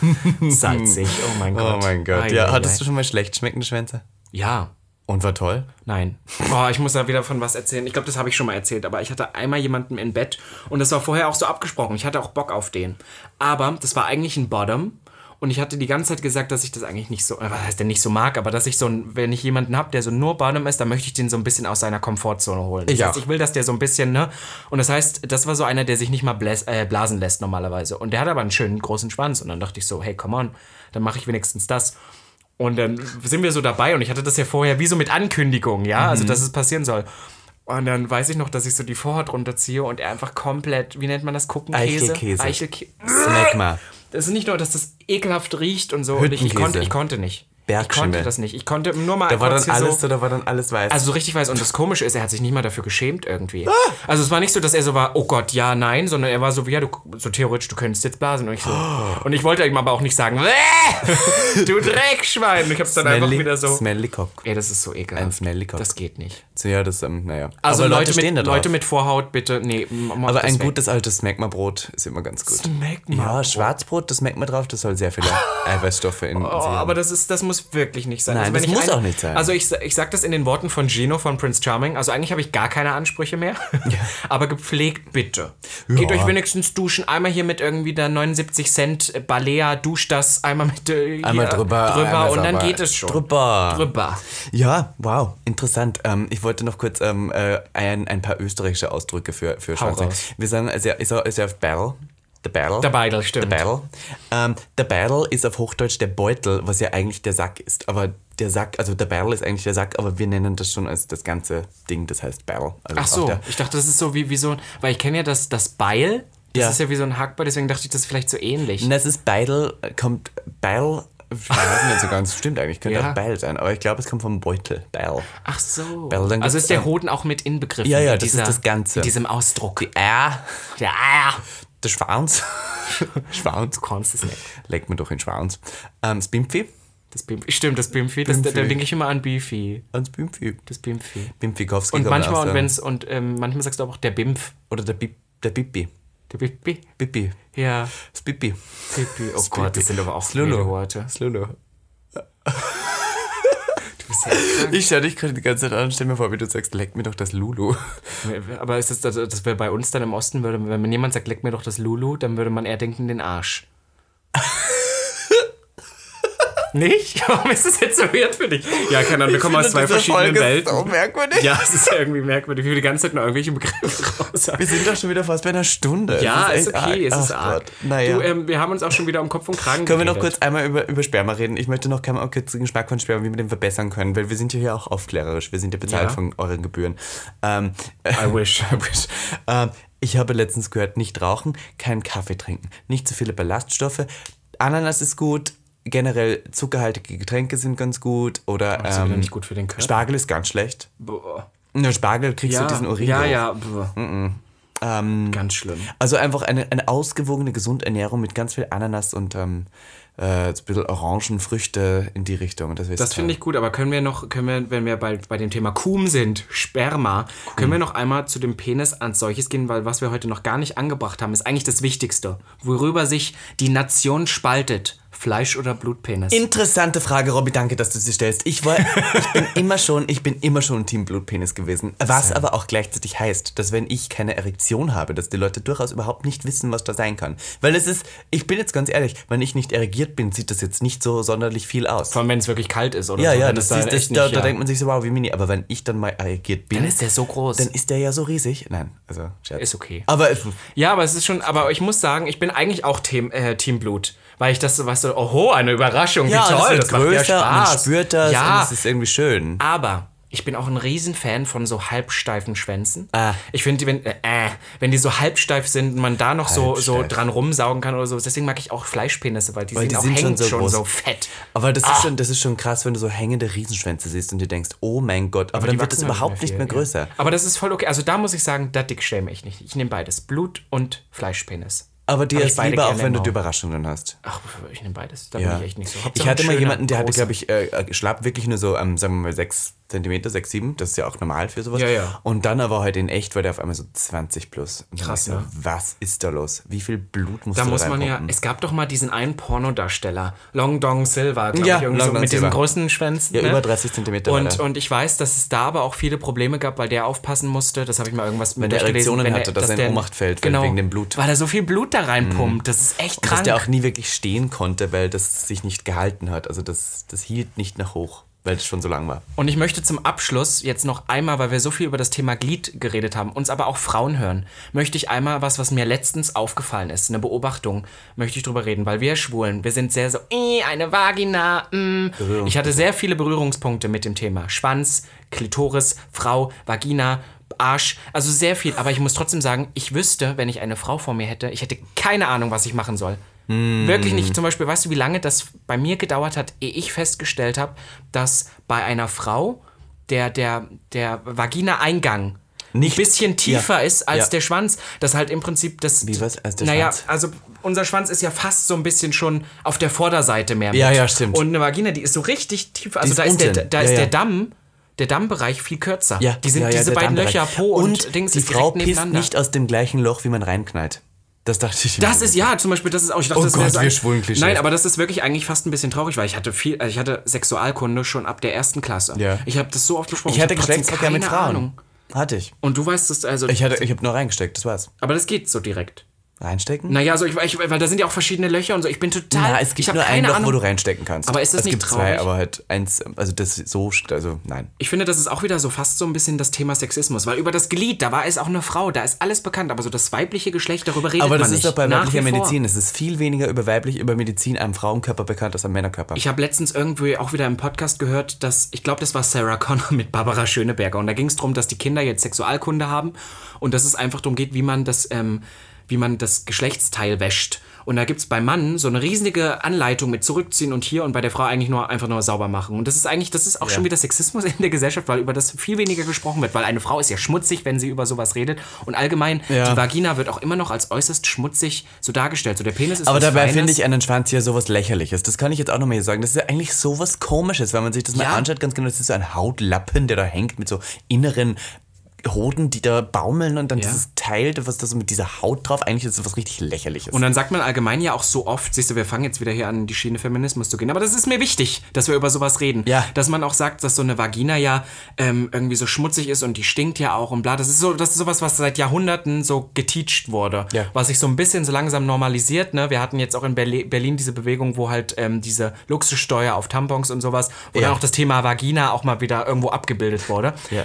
[SPEAKER 2] Salzig, oh mein Gott.
[SPEAKER 1] Oh mein Gott.
[SPEAKER 2] Ei,
[SPEAKER 1] ja,
[SPEAKER 2] ei,
[SPEAKER 1] hattest
[SPEAKER 2] ei.
[SPEAKER 1] du schon mal schlecht schmeckende Schwänze?
[SPEAKER 2] Ja,
[SPEAKER 1] Und war toll?
[SPEAKER 2] nein. Boah, ich muss da wieder von was erzählen. Ich glaube, das habe ich schon mal erzählt, aber ich hatte einmal jemanden im Bett und das war vorher auch so abgesprochen. Ich hatte auch Bock auf den. Aber das war eigentlich ein Bottom. Und ich hatte die ganze Zeit gesagt, dass ich das eigentlich nicht so, äh, was heißt denn nicht so mag, aber dass ich so, ein, wenn ich jemanden habe, der so nur Bottom ist, dann möchte ich den so ein bisschen aus seiner Komfortzone holen. Das
[SPEAKER 1] Ich
[SPEAKER 2] heißt,
[SPEAKER 1] auch.
[SPEAKER 2] ich will, dass der so ein bisschen, ne? Und das heißt, das war so einer, der sich nicht mal bläs, äh, blasen lässt normalerweise. Und der hat aber einen schönen großen Schwanz. Und dann dachte ich so, hey, come on, dann mache ich wenigstens das. Und dann sind wir so dabei und ich hatte das ja vorher wie so mit Ankündigung, ja,
[SPEAKER 1] Mhm.
[SPEAKER 2] also dass es passieren soll. Und dann weiß ich noch, dass ich so die Vorhaut runterziehe und er einfach komplett, wie nennt man das, Kuckenkäse?
[SPEAKER 1] Eichelkäse.
[SPEAKER 2] Eichelkäse.
[SPEAKER 1] Snack mal.
[SPEAKER 2] Das ist nicht nur, dass das ekelhaft riecht und so. Und ich, ich,
[SPEAKER 1] Hüttenkäse.
[SPEAKER 2] konnte, ich konnte nicht. Ich konnte
[SPEAKER 1] Bergschimmel.
[SPEAKER 2] das nicht. Ich konnte nur mal
[SPEAKER 1] Da war
[SPEAKER 2] kurz
[SPEAKER 1] dann
[SPEAKER 2] hier
[SPEAKER 1] alles,
[SPEAKER 2] so,
[SPEAKER 1] so, da war dann alles weiß.
[SPEAKER 2] also so richtig weiß. Und das Komische ist, er hat sich nicht mal dafür geschämt irgendwie.
[SPEAKER 1] Ah!
[SPEAKER 2] Also es war nicht so, dass er so war, oh Gott, ja, nein, sondern er war so, ja, du, so theoretisch, du könntest jetzt blasen. Und ich, so,
[SPEAKER 1] Ah!
[SPEAKER 2] und ich wollte ihm aber auch nicht sagen,
[SPEAKER 1] *laughs*
[SPEAKER 2] "Bäh, du Dreckschwein. Und ich hab's dann einfach
[SPEAKER 1] Smelly-
[SPEAKER 2] wieder so.
[SPEAKER 1] Smelly Cock.
[SPEAKER 2] Ey, das ist so ekelhaft.
[SPEAKER 1] Ein Smellycock.
[SPEAKER 2] Das geht nicht.
[SPEAKER 1] So, ja, das, ähm, naja.
[SPEAKER 2] Also
[SPEAKER 1] Aber
[SPEAKER 2] Leute,
[SPEAKER 1] stehen da
[SPEAKER 2] mit,
[SPEAKER 1] drauf.
[SPEAKER 2] Leute mit Vorhaut, bitte, nee. m- macht
[SPEAKER 1] Aber
[SPEAKER 2] das
[SPEAKER 1] ein
[SPEAKER 2] weg.
[SPEAKER 1] gutes altes Smegma-Brot ist immer ganz gut.
[SPEAKER 2] Smegma.
[SPEAKER 1] Ja, Schwarzbrot, das Smegma drauf, das soll sehr *laughs* viele Eiweißstoffe in
[SPEAKER 2] Oh, aber das ist, das muss wirklich nicht sein.
[SPEAKER 1] Nein,
[SPEAKER 2] wenn
[SPEAKER 1] das
[SPEAKER 2] ich
[SPEAKER 1] muss auch nicht sein.
[SPEAKER 2] Also ich, sa- ich sag das in den Worten von Gino von Prince Charming. Also eigentlich habe ich gar keine Ansprüche mehr. *laughs* aber gepflegt bitte. Geht euch wenigstens duschen. Einmal hier mit irgendwie der 79 Cent äh, Balea, duscht das einmal mit äh, hier
[SPEAKER 1] Einmal drüber.
[SPEAKER 2] drüber
[SPEAKER 1] einmal
[SPEAKER 2] und dann
[SPEAKER 1] sauber.
[SPEAKER 2] geht es schon.
[SPEAKER 1] Drüber.
[SPEAKER 2] Drüber.
[SPEAKER 1] Ja, wow, interessant. Ähm, ich wollte noch kurz ähm, äh, ein, ein paar österreichische Ausdrücke für, für
[SPEAKER 2] Hau
[SPEAKER 1] Schwanzig.
[SPEAKER 2] raus.
[SPEAKER 1] Wir sagen, also, ist, er- ist er auf Battle? The Battle.
[SPEAKER 2] Der Beidel, stimmt.
[SPEAKER 1] The Battle. Ähm, der Battle ist auf Hochdeutsch der Beutel, was ja eigentlich der Sack ist. Aber der Sack, also der Battle ist eigentlich der Sack, aber wir nennen das schon als das ganze Ding, das heißt Battle. Also
[SPEAKER 2] Ach
[SPEAKER 1] auch
[SPEAKER 2] so,
[SPEAKER 1] der-
[SPEAKER 2] ich dachte, das ist so wie, wie so, weil ich kenne ja das, das Beil. Das
[SPEAKER 1] Ja. Ne.
[SPEAKER 2] ist ja wie so ein Hackbeil, deswegen dachte ich, das ist vielleicht so ähnlich.
[SPEAKER 1] Das ist Beidel, kommt Beil. Ich weiß nicht so ganz, stimmt eigentlich, könnte
[SPEAKER 2] Ja.
[SPEAKER 1] auch Beil sein, aber ich glaube, es kommt vom Beutel, Beil.
[SPEAKER 2] Ach so.
[SPEAKER 1] Weil dann gibt's,
[SPEAKER 2] also ist der
[SPEAKER 1] ähm,
[SPEAKER 2] Hoden auch mit inbegriffen.
[SPEAKER 1] Ja, ja,
[SPEAKER 2] in
[SPEAKER 1] das ist das Ganze.
[SPEAKER 2] In diesem Ausdruck.
[SPEAKER 1] Ja,
[SPEAKER 2] ja, ja.
[SPEAKER 1] Äh, der
[SPEAKER 2] *laughs*
[SPEAKER 1] Schwanz. Schwanz.
[SPEAKER 2] Du kannst es nicht.
[SPEAKER 1] Legt mir doch in den Schwanz. Ähm, das Bimpfi.
[SPEAKER 2] Das Bimfi. Stimmt, das Bimfi. Das, da
[SPEAKER 1] Bimfi.
[SPEAKER 2] denke ich immer an Bifi.
[SPEAKER 1] Ans Bimpfi.
[SPEAKER 2] Das Bimfi.
[SPEAKER 1] Bimpfikowski.
[SPEAKER 2] Und
[SPEAKER 1] kann man auch
[SPEAKER 2] manchmal, und
[SPEAKER 1] sagen.
[SPEAKER 2] wenn's, und ähm, manchmal sagst du aber auch der Bimf.
[SPEAKER 1] Oder der, Bip, der Bipi.
[SPEAKER 2] Der Bipi.
[SPEAKER 1] Bipi.
[SPEAKER 2] Ja.
[SPEAKER 1] Das Bipi.
[SPEAKER 2] Bipi. Oh Gott, das sind aber auch viele
[SPEAKER 1] Lulu.
[SPEAKER 2] Worte.
[SPEAKER 1] Das Lulu.
[SPEAKER 2] Das ist
[SPEAKER 1] Ich schaue dich gerade die ganze Zeit an und stell mir vor, wie du sagst, leck mir doch das Lulu.
[SPEAKER 2] ja- Aber ist das, also, das wäre bei uns dann im Osten, würde, wenn mir jemand sagt, leck mir *laughs* doch das Lulu, dann würde man eher denken, den Arsch. Nicht? *laughs* Warum ist das jetzt so weird für dich? Ja, keine Ahnung, wir kommen aus zwei verschiedenen Welten.
[SPEAKER 1] so merkwürdig.
[SPEAKER 2] Ja, es ist irgendwie merkwürdig, wie wir die ganze Zeit nur irgendwelche Begriffe raussagen.
[SPEAKER 1] Wir sind doch schon wieder fast bei einer Stunde.
[SPEAKER 2] Ja,
[SPEAKER 1] Das
[SPEAKER 2] ist,
[SPEAKER 1] echt
[SPEAKER 2] okay, es
[SPEAKER 1] Ach
[SPEAKER 2] ist arg.
[SPEAKER 1] Gott. Naja.
[SPEAKER 2] Du, ähm, wir haben uns auch schon wieder um Kopf und Kragen
[SPEAKER 1] können wir noch
[SPEAKER 2] geredet.
[SPEAKER 1] kurz einmal über, über Sperma reden? Ich möchte noch keinen kurz den Geschmack von Sperma, wie wir den verbessern können, weil wir sind ja hier auch aufklärerisch. Wir sind ja bezahlt
[SPEAKER 2] Ja.
[SPEAKER 1] von euren Gebühren. Ähm,
[SPEAKER 2] I wish.
[SPEAKER 1] *laughs* I wish. Ähm, ich habe letztens gehört, nicht rauchen, keinen Kaffee trinken, nicht zu viele Ballaststoffe. Ananas ist gut, generell zuckerhaltige Getränke sind ganz gut oder
[SPEAKER 2] Das ist wieder
[SPEAKER 1] ähm,
[SPEAKER 2] nicht gut für den Körper.
[SPEAKER 1] Spargel ist ganz schlecht.
[SPEAKER 2] Boah.
[SPEAKER 1] Na, Spargel kriegst
[SPEAKER 2] Ja,
[SPEAKER 1] du diesen Urin.
[SPEAKER 2] ja,
[SPEAKER 1] hoch.
[SPEAKER 2] ja. boah. Ganz schlimm.
[SPEAKER 1] Also einfach eine, eine ausgewogene, gesunde Ernährung mit ganz viel Ananas und ähm, äh, ein bisschen Orangenfrüchte in die Richtung. Das,
[SPEAKER 2] Das finde ich gut, aber können wir noch, können wir, wenn wir bald bei dem Thema Kuhm sind, Sperma, können wir noch einmal zu dem Penis als solches gehen, weil was wir heute noch gar nicht angebracht haben, ist eigentlich das Wichtigste, worüber sich die Nation spaltet. Fleisch oder Blutpenis?
[SPEAKER 1] Interessante Frage, Robby, danke, dass du sie stellst. Ich, war, ich bin immer schon, ich bin immer schon Team Blutpenis gewesen. Was aber auch gleichzeitig heißt, dass wenn ich keine Erektion habe, dass die Leute durchaus überhaupt nicht wissen, was da sein kann. Weil es ist, ich bin jetzt ganz ehrlich, wenn ich nicht erregiert bin, sieht das jetzt nicht so sonderlich viel aus.
[SPEAKER 2] Vor allem, wenn es wirklich kalt ist, oder?
[SPEAKER 1] ja,
[SPEAKER 2] so,
[SPEAKER 1] ja,
[SPEAKER 2] wenn
[SPEAKER 1] das
[SPEAKER 2] es
[SPEAKER 1] ist, das,
[SPEAKER 2] echt
[SPEAKER 1] da,
[SPEAKER 2] nicht-
[SPEAKER 1] da
[SPEAKER 2] ja.
[SPEAKER 1] denkt man sich so, wow, wie mini. Aber wenn ich dann mal erregiert bin,
[SPEAKER 2] Dann ist der so groß.
[SPEAKER 1] dann ist der ja so riesig. Nein, also Scherz.
[SPEAKER 2] Ist okay.
[SPEAKER 1] Aber äh,
[SPEAKER 2] Ja, aber es ist schon, aber ich muss sagen, ich bin eigentlich auch Team, äh, Team Blut. Weil ich das so, weißt du, oho, eine Überraschung,
[SPEAKER 1] ja,
[SPEAKER 2] wie
[SPEAKER 1] toll,
[SPEAKER 2] toll, das,
[SPEAKER 1] es wird
[SPEAKER 2] macht ja
[SPEAKER 1] größer und
[SPEAKER 2] Spaß.
[SPEAKER 1] man spürt das
[SPEAKER 2] ja,
[SPEAKER 1] und es ist irgendwie schön.
[SPEAKER 2] Aber ich bin auch ein Riesenfan von so halbsteifen Schwänzen.
[SPEAKER 1] Ah.
[SPEAKER 2] Ich finde, die, wenn, äh, äh, wenn die so halbsteif sind und man da noch so, so
[SPEAKER 1] Halbsteif.
[SPEAKER 2] dran rumsaugen kann oder so. Deswegen mag ich auch Fleischpenisse, weil die sind
[SPEAKER 1] die
[SPEAKER 2] auch
[SPEAKER 1] sind schon
[SPEAKER 2] hängt
[SPEAKER 1] so
[SPEAKER 2] schon,
[SPEAKER 1] groß.
[SPEAKER 2] so fett.
[SPEAKER 1] Aber
[SPEAKER 2] Ah.
[SPEAKER 1] das, ist schon, das ist schon krass, wenn du so hängende Riesenschwänze siehst und dir denkst, oh mein Gott, aber,
[SPEAKER 2] Die
[SPEAKER 1] dann wird es
[SPEAKER 2] wachsen
[SPEAKER 1] überhaupt nicht
[SPEAKER 2] viel,
[SPEAKER 1] mehr
[SPEAKER 2] ja.
[SPEAKER 1] größer.
[SPEAKER 2] Aber das ist voll okay. Also da muss ich sagen, da dick schäme ich nicht. Ich nehme beides. Blut und Fleischpenis.
[SPEAKER 1] Aber dir
[SPEAKER 2] Hab ich
[SPEAKER 1] ist
[SPEAKER 2] beide
[SPEAKER 1] lieber, auch
[SPEAKER 2] gerne
[SPEAKER 1] wenn
[SPEAKER 2] im
[SPEAKER 1] du die
[SPEAKER 2] Maul.
[SPEAKER 1] Überraschungen hast.
[SPEAKER 2] Ach, ich nehme beides. Da
[SPEAKER 1] Ja.
[SPEAKER 2] bin ich echt nicht so.
[SPEAKER 1] ich
[SPEAKER 2] Hauptsache
[SPEAKER 1] hatte mal
[SPEAKER 2] schöne,
[SPEAKER 1] jemanden, der hatte,
[SPEAKER 2] große.
[SPEAKER 1] glaube ich, äh, äh, schlapp wirklich nur so, ähm, sagen wir mal, 6 cm, 6, 7, das ist ja auch normal für sowas.
[SPEAKER 2] Ja, ja.
[SPEAKER 1] Und dann aber heute in echt war der auf einmal so 20 plus. Und dann
[SPEAKER 2] Krass,
[SPEAKER 1] dachte ich so,
[SPEAKER 2] ne?
[SPEAKER 1] Was ist da los? Wie viel Blut muss
[SPEAKER 2] Da
[SPEAKER 1] da
[SPEAKER 2] muss man ja,
[SPEAKER 1] reinpumpen?
[SPEAKER 2] es gab doch mal diesen einen Pornodarsteller, Long Dong Silver, glaube
[SPEAKER 1] Ja,
[SPEAKER 2] ich, irgendwie
[SPEAKER 1] Long
[SPEAKER 2] so,
[SPEAKER 1] Dong
[SPEAKER 2] mit diesen
[SPEAKER 1] Silver.
[SPEAKER 2] großen Schwänzen.
[SPEAKER 1] Ja,
[SPEAKER 2] ne?
[SPEAKER 1] über 30 Zentimeter war
[SPEAKER 2] Und,
[SPEAKER 1] der.
[SPEAKER 2] und ich weiß, dass es da aber auch viele Probleme gab, weil der aufpassen musste, das habe ich mal irgendwas mit
[SPEAKER 1] der
[SPEAKER 2] durchgelesen,
[SPEAKER 1] Erektionen
[SPEAKER 2] wenn der-
[SPEAKER 1] hatte, dass er in
[SPEAKER 2] der-
[SPEAKER 1] Ohnmacht fällt, weil-
[SPEAKER 2] genau,
[SPEAKER 1] wegen dem Blut. Mhm.
[SPEAKER 2] Weil er so viel Blut da reinpumpt, das ist echt
[SPEAKER 1] dass
[SPEAKER 2] krank.
[SPEAKER 1] der auch nie wirklich stehen konnte, weil das sich nicht gehalten hat. Also das, das hielt nicht nach hoch, weil es schon so lang war.
[SPEAKER 2] Und ich möchte zum Abschluss jetzt noch einmal, weil wir so viel über das Thema Glied geredet haben, uns aber auch Frauen hören, möchte ich einmal was, was mir letztens aufgefallen ist, eine Beobachtung, möchte ich drüber reden, weil wir Schwulen, wir sind sehr so, "Ih, eine Vagina, mm. Ich hatte sehr viele Berührungspunkte mit dem Thema. Schwanz, Klitoris, Frau, Vagina, Arsch, also sehr viel. Aber ich muss trotzdem sagen, ich wüsste, wenn ich eine Frau vor mir hätte, ich hätte keine Ahnung, was ich machen soll.
[SPEAKER 1] Hm.
[SPEAKER 2] Wirklich nicht. Zum Beispiel, weißt du, wie lange das bei mir gedauert hat, ehe ich festgestellt habe, dass bei einer Frau der, der, der Vagina-Eingang
[SPEAKER 1] Nicht-
[SPEAKER 2] ein bisschen
[SPEAKER 1] ja,
[SPEAKER 2] tiefer ist als
[SPEAKER 1] ja.
[SPEAKER 2] der Schwanz. Das halt im Prinzip das.
[SPEAKER 1] Wie, was? Also der
[SPEAKER 2] naja,
[SPEAKER 1] Schwanz?
[SPEAKER 2] also unser Schwanz ist ja fast so ein bisschen schon auf der Vorderseite mehr.
[SPEAKER 1] Ja, ja, stimmt.
[SPEAKER 2] Und eine Vagina, die ist so richtig tief. Also
[SPEAKER 1] ist
[SPEAKER 2] da ist, der,
[SPEAKER 1] unten.
[SPEAKER 2] da
[SPEAKER 1] Ja,
[SPEAKER 2] ist
[SPEAKER 1] ja.
[SPEAKER 2] der Damm. Der Dammbereich viel kürzer.
[SPEAKER 1] Ja,
[SPEAKER 2] die sind
[SPEAKER 1] ja, ja,
[SPEAKER 2] diese
[SPEAKER 1] der
[SPEAKER 2] beiden
[SPEAKER 1] Darmbereich.
[SPEAKER 2] Löcher, Po und, Dings
[SPEAKER 1] die
[SPEAKER 2] ist
[SPEAKER 1] Frau
[SPEAKER 2] direkt
[SPEAKER 1] pisst
[SPEAKER 2] nebeneinander.
[SPEAKER 1] nicht aus dem gleichen Loch, wie man reinknallt. Das dachte ich.
[SPEAKER 2] Das ist ja zum Beispiel, das ist auch. Ich dachte,
[SPEAKER 1] Oh
[SPEAKER 2] das wäre
[SPEAKER 1] Gott,
[SPEAKER 2] so
[SPEAKER 1] wir
[SPEAKER 2] ein-
[SPEAKER 1] schwulen Klischees.
[SPEAKER 2] Nein, aber das ist wirklich eigentlich fast ein bisschen traurig, weil ich hatte viel, also ich hatte Sexualkunde schon ab der ersten Klasse.
[SPEAKER 1] Ja.
[SPEAKER 2] Ich habe das so oft besprochen.
[SPEAKER 1] Ich hatte
[SPEAKER 2] hab trotzdem
[SPEAKER 1] Geschlechtsverkehr mit
[SPEAKER 2] keine
[SPEAKER 1] Frauen.
[SPEAKER 2] Ahnung.
[SPEAKER 1] Hatte ich.
[SPEAKER 2] Und du weißt es also.
[SPEAKER 1] Ich, hatte, ich habe nur reingesteckt, das war's.
[SPEAKER 2] aber das geht so direkt.
[SPEAKER 1] Reinstecken?
[SPEAKER 2] Naja, so ich, ich, weil da sind ja auch verschiedene Löcher und so. Ich bin total.
[SPEAKER 1] Na, es
[SPEAKER 2] ich
[SPEAKER 1] gibt
[SPEAKER 2] hab
[SPEAKER 1] nur ein
[SPEAKER 2] keine
[SPEAKER 1] Loch,
[SPEAKER 2] Ahnung.
[SPEAKER 1] wo du reinstecken kannst.
[SPEAKER 2] Aber ist das
[SPEAKER 1] es
[SPEAKER 2] nicht
[SPEAKER 1] gibt
[SPEAKER 2] traurig?
[SPEAKER 1] zwei, aber halt eins, also das ist so, st- also nein.
[SPEAKER 2] Ich finde, das ist auch wieder so fast so ein bisschen das Thema Sexismus, weil über das Glied, da war es auch eine Frau, da ist alles bekannt, aber so das weibliche Geschlecht, darüber redet
[SPEAKER 1] Aber das
[SPEAKER 2] man
[SPEAKER 1] ist
[SPEAKER 2] nicht.
[SPEAKER 1] doch bei
[SPEAKER 2] Nach
[SPEAKER 1] weiblicher
[SPEAKER 2] wie vor.
[SPEAKER 1] Medizin. Es ist viel weniger über weiblich, über Medizin einem Frauenkörper bekannt als einem Männerkörper.
[SPEAKER 2] Ich habe letztens irgendwie auch wieder im Podcast gehört, dass, ich glaube, das war Sarah Connor *laughs* mit Barbara Schöneberger. Und da ging es darum, dass die Kinder jetzt Sexualkunde haben und dass es einfach darum geht, wie man das, ähm, wie man das Geschlechtsteil wäscht. Und da gibt es beim Mann so eine riesige Anleitung mit zurückziehen und hier und bei der Frau eigentlich nur einfach nur sauber machen. Und das ist eigentlich, das ist auch schon wieder Sexismus *laughs* in der Gesellschaft, weil über das viel weniger gesprochen wird, weil eine Frau ist ja schmutzig, wenn sie über sowas redet. Und allgemein,
[SPEAKER 1] Ja.
[SPEAKER 2] die Vagina wird auch immer noch als äußerst schmutzig so dargestellt. So der Penis ist
[SPEAKER 1] Aber
[SPEAKER 2] was
[SPEAKER 1] dabei
[SPEAKER 2] Feines.
[SPEAKER 1] finde ich einen Schwanz hier sowas lächerliches. Das kann ich jetzt auch nochmal hier sagen. Das ist ja eigentlich sowas komisches, wenn man sich das
[SPEAKER 2] Ja.
[SPEAKER 1] mal anschaut, ganz genau. Das ist so ein Hautlappen, der da hängt mit so inneren Hoden, die da baumeln und dann
[SPEAKER 2] Ja.
[SPEAKER 1] dieses Teil, was da so mit dieser Haut drauf, eigentlich ist das was richtig lächerliches.
[SPEAKER 2] Und dann sagt man allgemein ja auch so oft, siehst du, wir fangen jetzt wieder hier an, in die Schiene Feminismus zu gehen. Aber das ist mir wichtig, dass wir über sowas reden.
[SPEAKER 1] Ja.
[SPEAKER 2] Dass man auch sagt, dass so eine Vagina ja ähm, irgendwie so schmutzig ist und die stinkt ja auch und bla. Das ist so, das ist sowas, was seit Jahrhunderten so geteacht wurde.
[SPEAKER 1] Ja.
[SPEAKER 2] Was sich so ein bisschen so langsam normalisiert. Ne? Wir hatten jetzt auch in Berli Berlin diese Bewegung, wo halt ähm, diese Luxussteuer auf Tampons und sowas, wo
[SPEAKER 1] Ja.
[SPEAKER 2] dann auch das Thema Vagina auch mal wieder irgendwo abgebildet wurde.
[SPEAKER 1] Ja.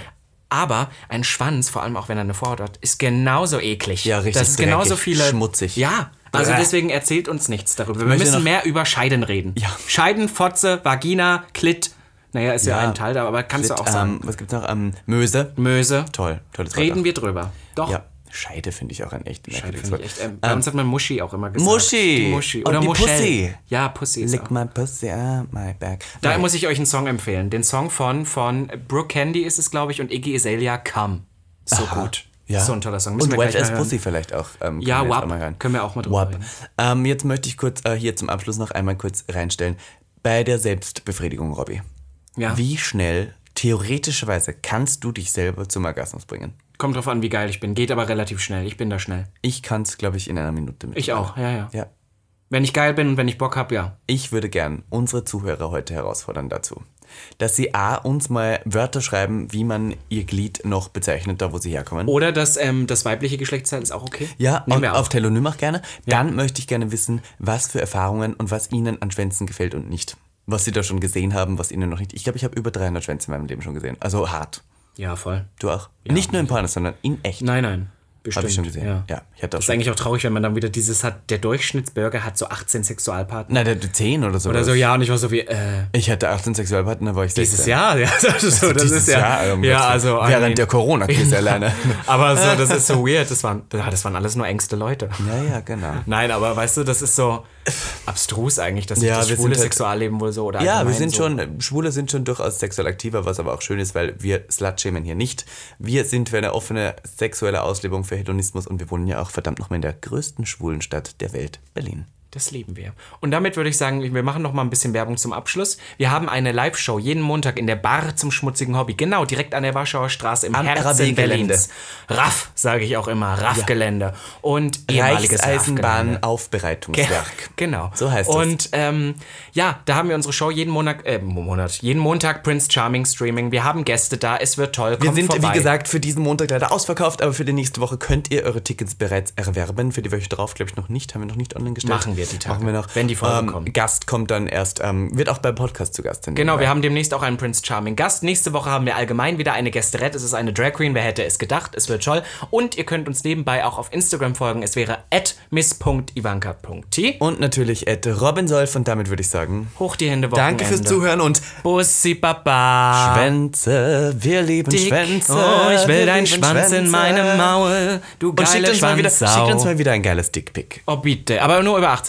[SPEAKER 2] Aber ein Schwanz, vor allem auch wenn er eine Vorhaut hat, ist genauso eklig.
[SPEAKER 1] Ja, richtig
[SPEAKER 2] Das ist genauso
[SPEAKER 1] dreckig,
[SPEAKER 2] viele.
[SPEAKER 1] schmutzig.
[SPEAKER 2] Ja. Also
[SPEAKER 1] Bäh.
[SPEAKER 2] deswegen erzählt uns nichts darüber. Wir
[SPEAKER 1] möchte
[SPEAKER 2] müssen
[SPEAKER 1] noch-
[SPEAKER 2] mehr über Scheiden reden.
[SPEAKER 1] Ja.
[SPEAKER 2] Scheiden, Fotze, Vagina, Klit. Naja, ist ja,
[SPEAKER 1] Ja.
[SPEAKER 2] ein Teil da, aber kannst du auch
[SPEAKER 1] ähm,
[SPEAKER 2] sagen.
[SPEAKER 1] was gibt's noch? Ähm, Möse.
[SPEAKER 2] Möse.
[SPEAKER 1] Toll, tolles Wort.
[SPEAKER 2] Reden wir drüber. Doch.
[SPEAKER 1] Ja. Scheide finde ich auch ein echt
[SPEAKER 2] Scheide
[SPEAKER 1] merkwürdiges
[SPEAKER 2] finde
[SPEAKER 1] Wort.
[SPEAKER 2] ich echt. Ähm, bei uns hat man Muschi auch immer gesagt.
[SPEAKER 1] Muschi.
[SPEAKER 2] Die Muschi.
[SPEAKER 1] Und
[SPEAKER 2] Oder
[SPEAKER 1] die
[SPEAKER 2] Muschel.
[SPEAKER 1] Pussy.
[SPEAKER 2] Ja, Pussy ist auch.
[SPEAKER 1] Lick my pussy up my back.
[SPEAKER 2] Da muss ich euch einen Song empfehlen. Den Song von, von Brooke Candy ist es, glaube ich, und Iggy Azalea, Come. So gut.
[SPEAKER 1] Ja.
[SPEAKER 2] So ein toller Song.
[SPEAKER 1] Und
[SPEAKER 2] wir
[SPEAKER 1] Wet
[SPEAKER 2] gleich
[SPEAKER 1] as
[SPEAKER 2] mal hören.
[SPEAKER 1] Pussy vielleicht auch. Ähm,
[SPEAKER 2] Ja,
[SPEAKER 1] können wir jetzt
[SPEAKER 2] WAP.
[SPEAKER 1] auch mal hören.
[SPEAKER 2] Können wir auch mal drüber
[SPEAKER 1] WAP.
[SPEAKER 2] reden.
[SPEAKER 1] Ähm, jetzt möchte ich kurz äh, hier zum Abschluss noch einmal kurz reinstellen. Bei der Selbstbefriedigung, Robby.
[SPEAKER 2] Ja.
[SPEAKER 1] Wie schnell, theoretischerweise, kannst du dich selber zum Orgasmus bringen?
[SPEAKER 2] Kommt drauf an, wie geil ich bin. Geht aber relativ schnell. Ich bin da schnell.
[SPEAKER 1] Ich kann es, glaube ich, in einer Minute mit.
[SPEAKER 2] Ich auch, ja, ja.
[SPEAKER 1] Ja.
[SPEAKER 2] Wenn ich geil bin und wenn ich Bock habe, ja.
[SPEAKER 1] Ich würde gern unsere Zuhörer heute herausfordern dazu, dass sie A, uns mal Wörter schreiben, wie man ihr Glied noch bezeichnet, da wo sie herkommen.
[SPEAKER 2] Oder das, ähm, das weibliche Geschlechtsteil ist auch okay.
[SPEAKER 1] Ja,
[SPEAKER 2] Nehmen
[SPEAKER 1] und
[SPEAKER 2] wir
[SPEAKER 1] auf
[SPEAKER 2] auf.
[SPEAKER 1] Telonym auch gerne. Dann möchte ich gerne wissen, was für Erfahrungen und was Ihnen an Schwänzen gefällt und nicht. Was Sie da schon gesehen haben, was Ihnen noch nicht. Ich glaube, ich habe über 300 Schwänze in meinem Leben schon gesehen. Also hart.
[SPEAKER 2] Ja, voll.
[SPEAKER 1] Du auch? nicht nur in Pornos, sondern in echt.
[SPEAKER 2] Nein, nein. Bestimmt.
[SPEAKER 1] Habe ich schon gesehen. Ja,
[SPEAKER 2] Ja.
[SPEAKER 1] ich hatte auch
[SPEAKER 2] Das ist
[SPEAKER 1] schon.
[SPEAKER 2] eigentlich auch traurig, wenn man dann wieder dieses hat, der Durchschnittsbürger hat so 18 Sexualpartner.
[SPEAKER 1] Nein, der 10 oder so.
[SPEAKER 2] Oder so, ja, und ich war so wie, äh,
[SPEAKER 1] Ich hatte 18 Sexualpartner, da war ich 16.
[SPEAKER 2] dieses Jahr. *laughs* Ja, so, so, das
[SPEAKER 1] Dieses
[SPEAKER 2] ist ja.
[SPEAKER 1] Jahr, ähm,
[SPEAKER 2] ja, also. I mean-
[SPEAKER 1] Während der
[SPEAKER 2] *laughs*
[SPEAKER 1] Corona-Krise alleine.
[SPEAKER 2] aber so, das ist so weird. Das waren, ja, das waren alles nur engste Leute.
[SPEAKER 1] Ja, ja, genau.
[SPEAKER 2] Nein, aber weißt du, das ist so abstrus eigentlich, dass
[SPEAKER 1] Ja,
[SPEAKER 2] ja, das
[SPEAKER 1] wir
[SPEAKER 2] schwule
[SPEAKER 1] sind halt-
[SPEAKER 2] Sexualleben wohl so oder
[SPEAKER 1] Ja, wir
[SPEAKER 2] allgemein
[SPEAKER 1] sind
[SPEAKER 2] so.
[SPEAKER 1] schon, Schwule sind schon durchaus sexuell aktiver, was aber auch schön ist, weil wir Slut-Shamen hier nicht. Wir sind für eine offene sexuelle Auslebung für Hedonismus und wir wohnen ja auch verdammt nochmal in der größten schwulen Stadt der Welt, Berlin.
[SPEAKER 2] Das lieben wir. Und damit würde ich sagen, wir machen noch mal ein bisschen Werbung zum Abschluss. Wir haben eine Live-Show jeden Montag in der Bar zum schmutzigen Hobby. Genau, direkt an der Warschauer Straße im
[SPEAKER 1] Am
[SPEAKER 2] Herzen
[SPEAKER 1] RAW-Gelände.
[SPEAKER 2] Berlins. Raff, sage ich auch immer. Raff-Gelände. Und ehemaliges Raff-Gelände.
[SPEAKER 1] Reichseisenbahn-Aufbereitungswerk.
[SPEAKER 2] Genau.
[SPEAKER 1] So heißt es.
[SPEAKER 2] Und ähm, ja, da haben wir unsere Show jeden Monat, äh, Monat, jeden Montag Prince Charming Streaming. Wir haben Gäste da, es wird toll.
[SPEAKER 1] Wir
[SPEAKER 2] Kommt
[SPEAKER 1] sind,
[SPEAKER 2] vorbei.
[SPEAKER 1] wie gesagt, für diesen Montag leider ausverkauft, aber für die nächste Woche könnt ihr eure Tickets bereits erwerben. Für die Woche drauf, glaube ich, noch nicht. Haben wir noch nicht online gestellt.
[SPEAKER 2] Machen wir die Tage,
[SPEAKER 1] Machen wir noch.
[SPEAKER 2] wenn die Folge
[SPEAKER 1] ähm,
[SPEAKER 2] kommt.
[SPEAKER 1] Gast kommt dann erst, ähm, wird auch beim Podcast zu Gast sein.
[SPEAKER 2] Genau, wir haben demnächst auch einen Prince Charming Gast. Nächste Woche haben wir allgemein wieder eine Gästerette. Es ist eine Drag Queen. Wer hätte es gedacht? Es wird toll. Und ihr könnt uns nebenbei auch auf Instagram folgen. Es wäre at miss.ivanka.t.
[SPEAKER 1] Und natürlich Ed Robin Solf und damit würde ich sagen,
[SPEAKER 2] Hoch die Hände, Wochenende.
[SPEAKER 1] danke fürs Zuhören und
[SPEAKER 2] Bussi Baba.
[SPEAKER 1] Schwänze, wir lieben
[SPEAKER 2] ah, Dick.
[SPEAKER 1] Schwänze.
[SPEAKER 2] Oh, ich
[SPEAKER 1] wir
[SPEAKER 2] will deinen
[SPEAKER 1] lieben
[SPEAKER 2] Schwanz
[SPEAKER 1] Schwänze.
[SPEAKER 2] in meinem Maul. Du
[SPEAKER 1] Und
[SPEAKER 2] geile
[SPEAKER 1] schickt uns, mal wieder,
[SPEAKER 2] Schwanzsau.
[SPEAKER 1] schickt uns mal wieder ein geiles Dickpick.
[SPEAKER 2] Oh, bitte. Aber nur über 18.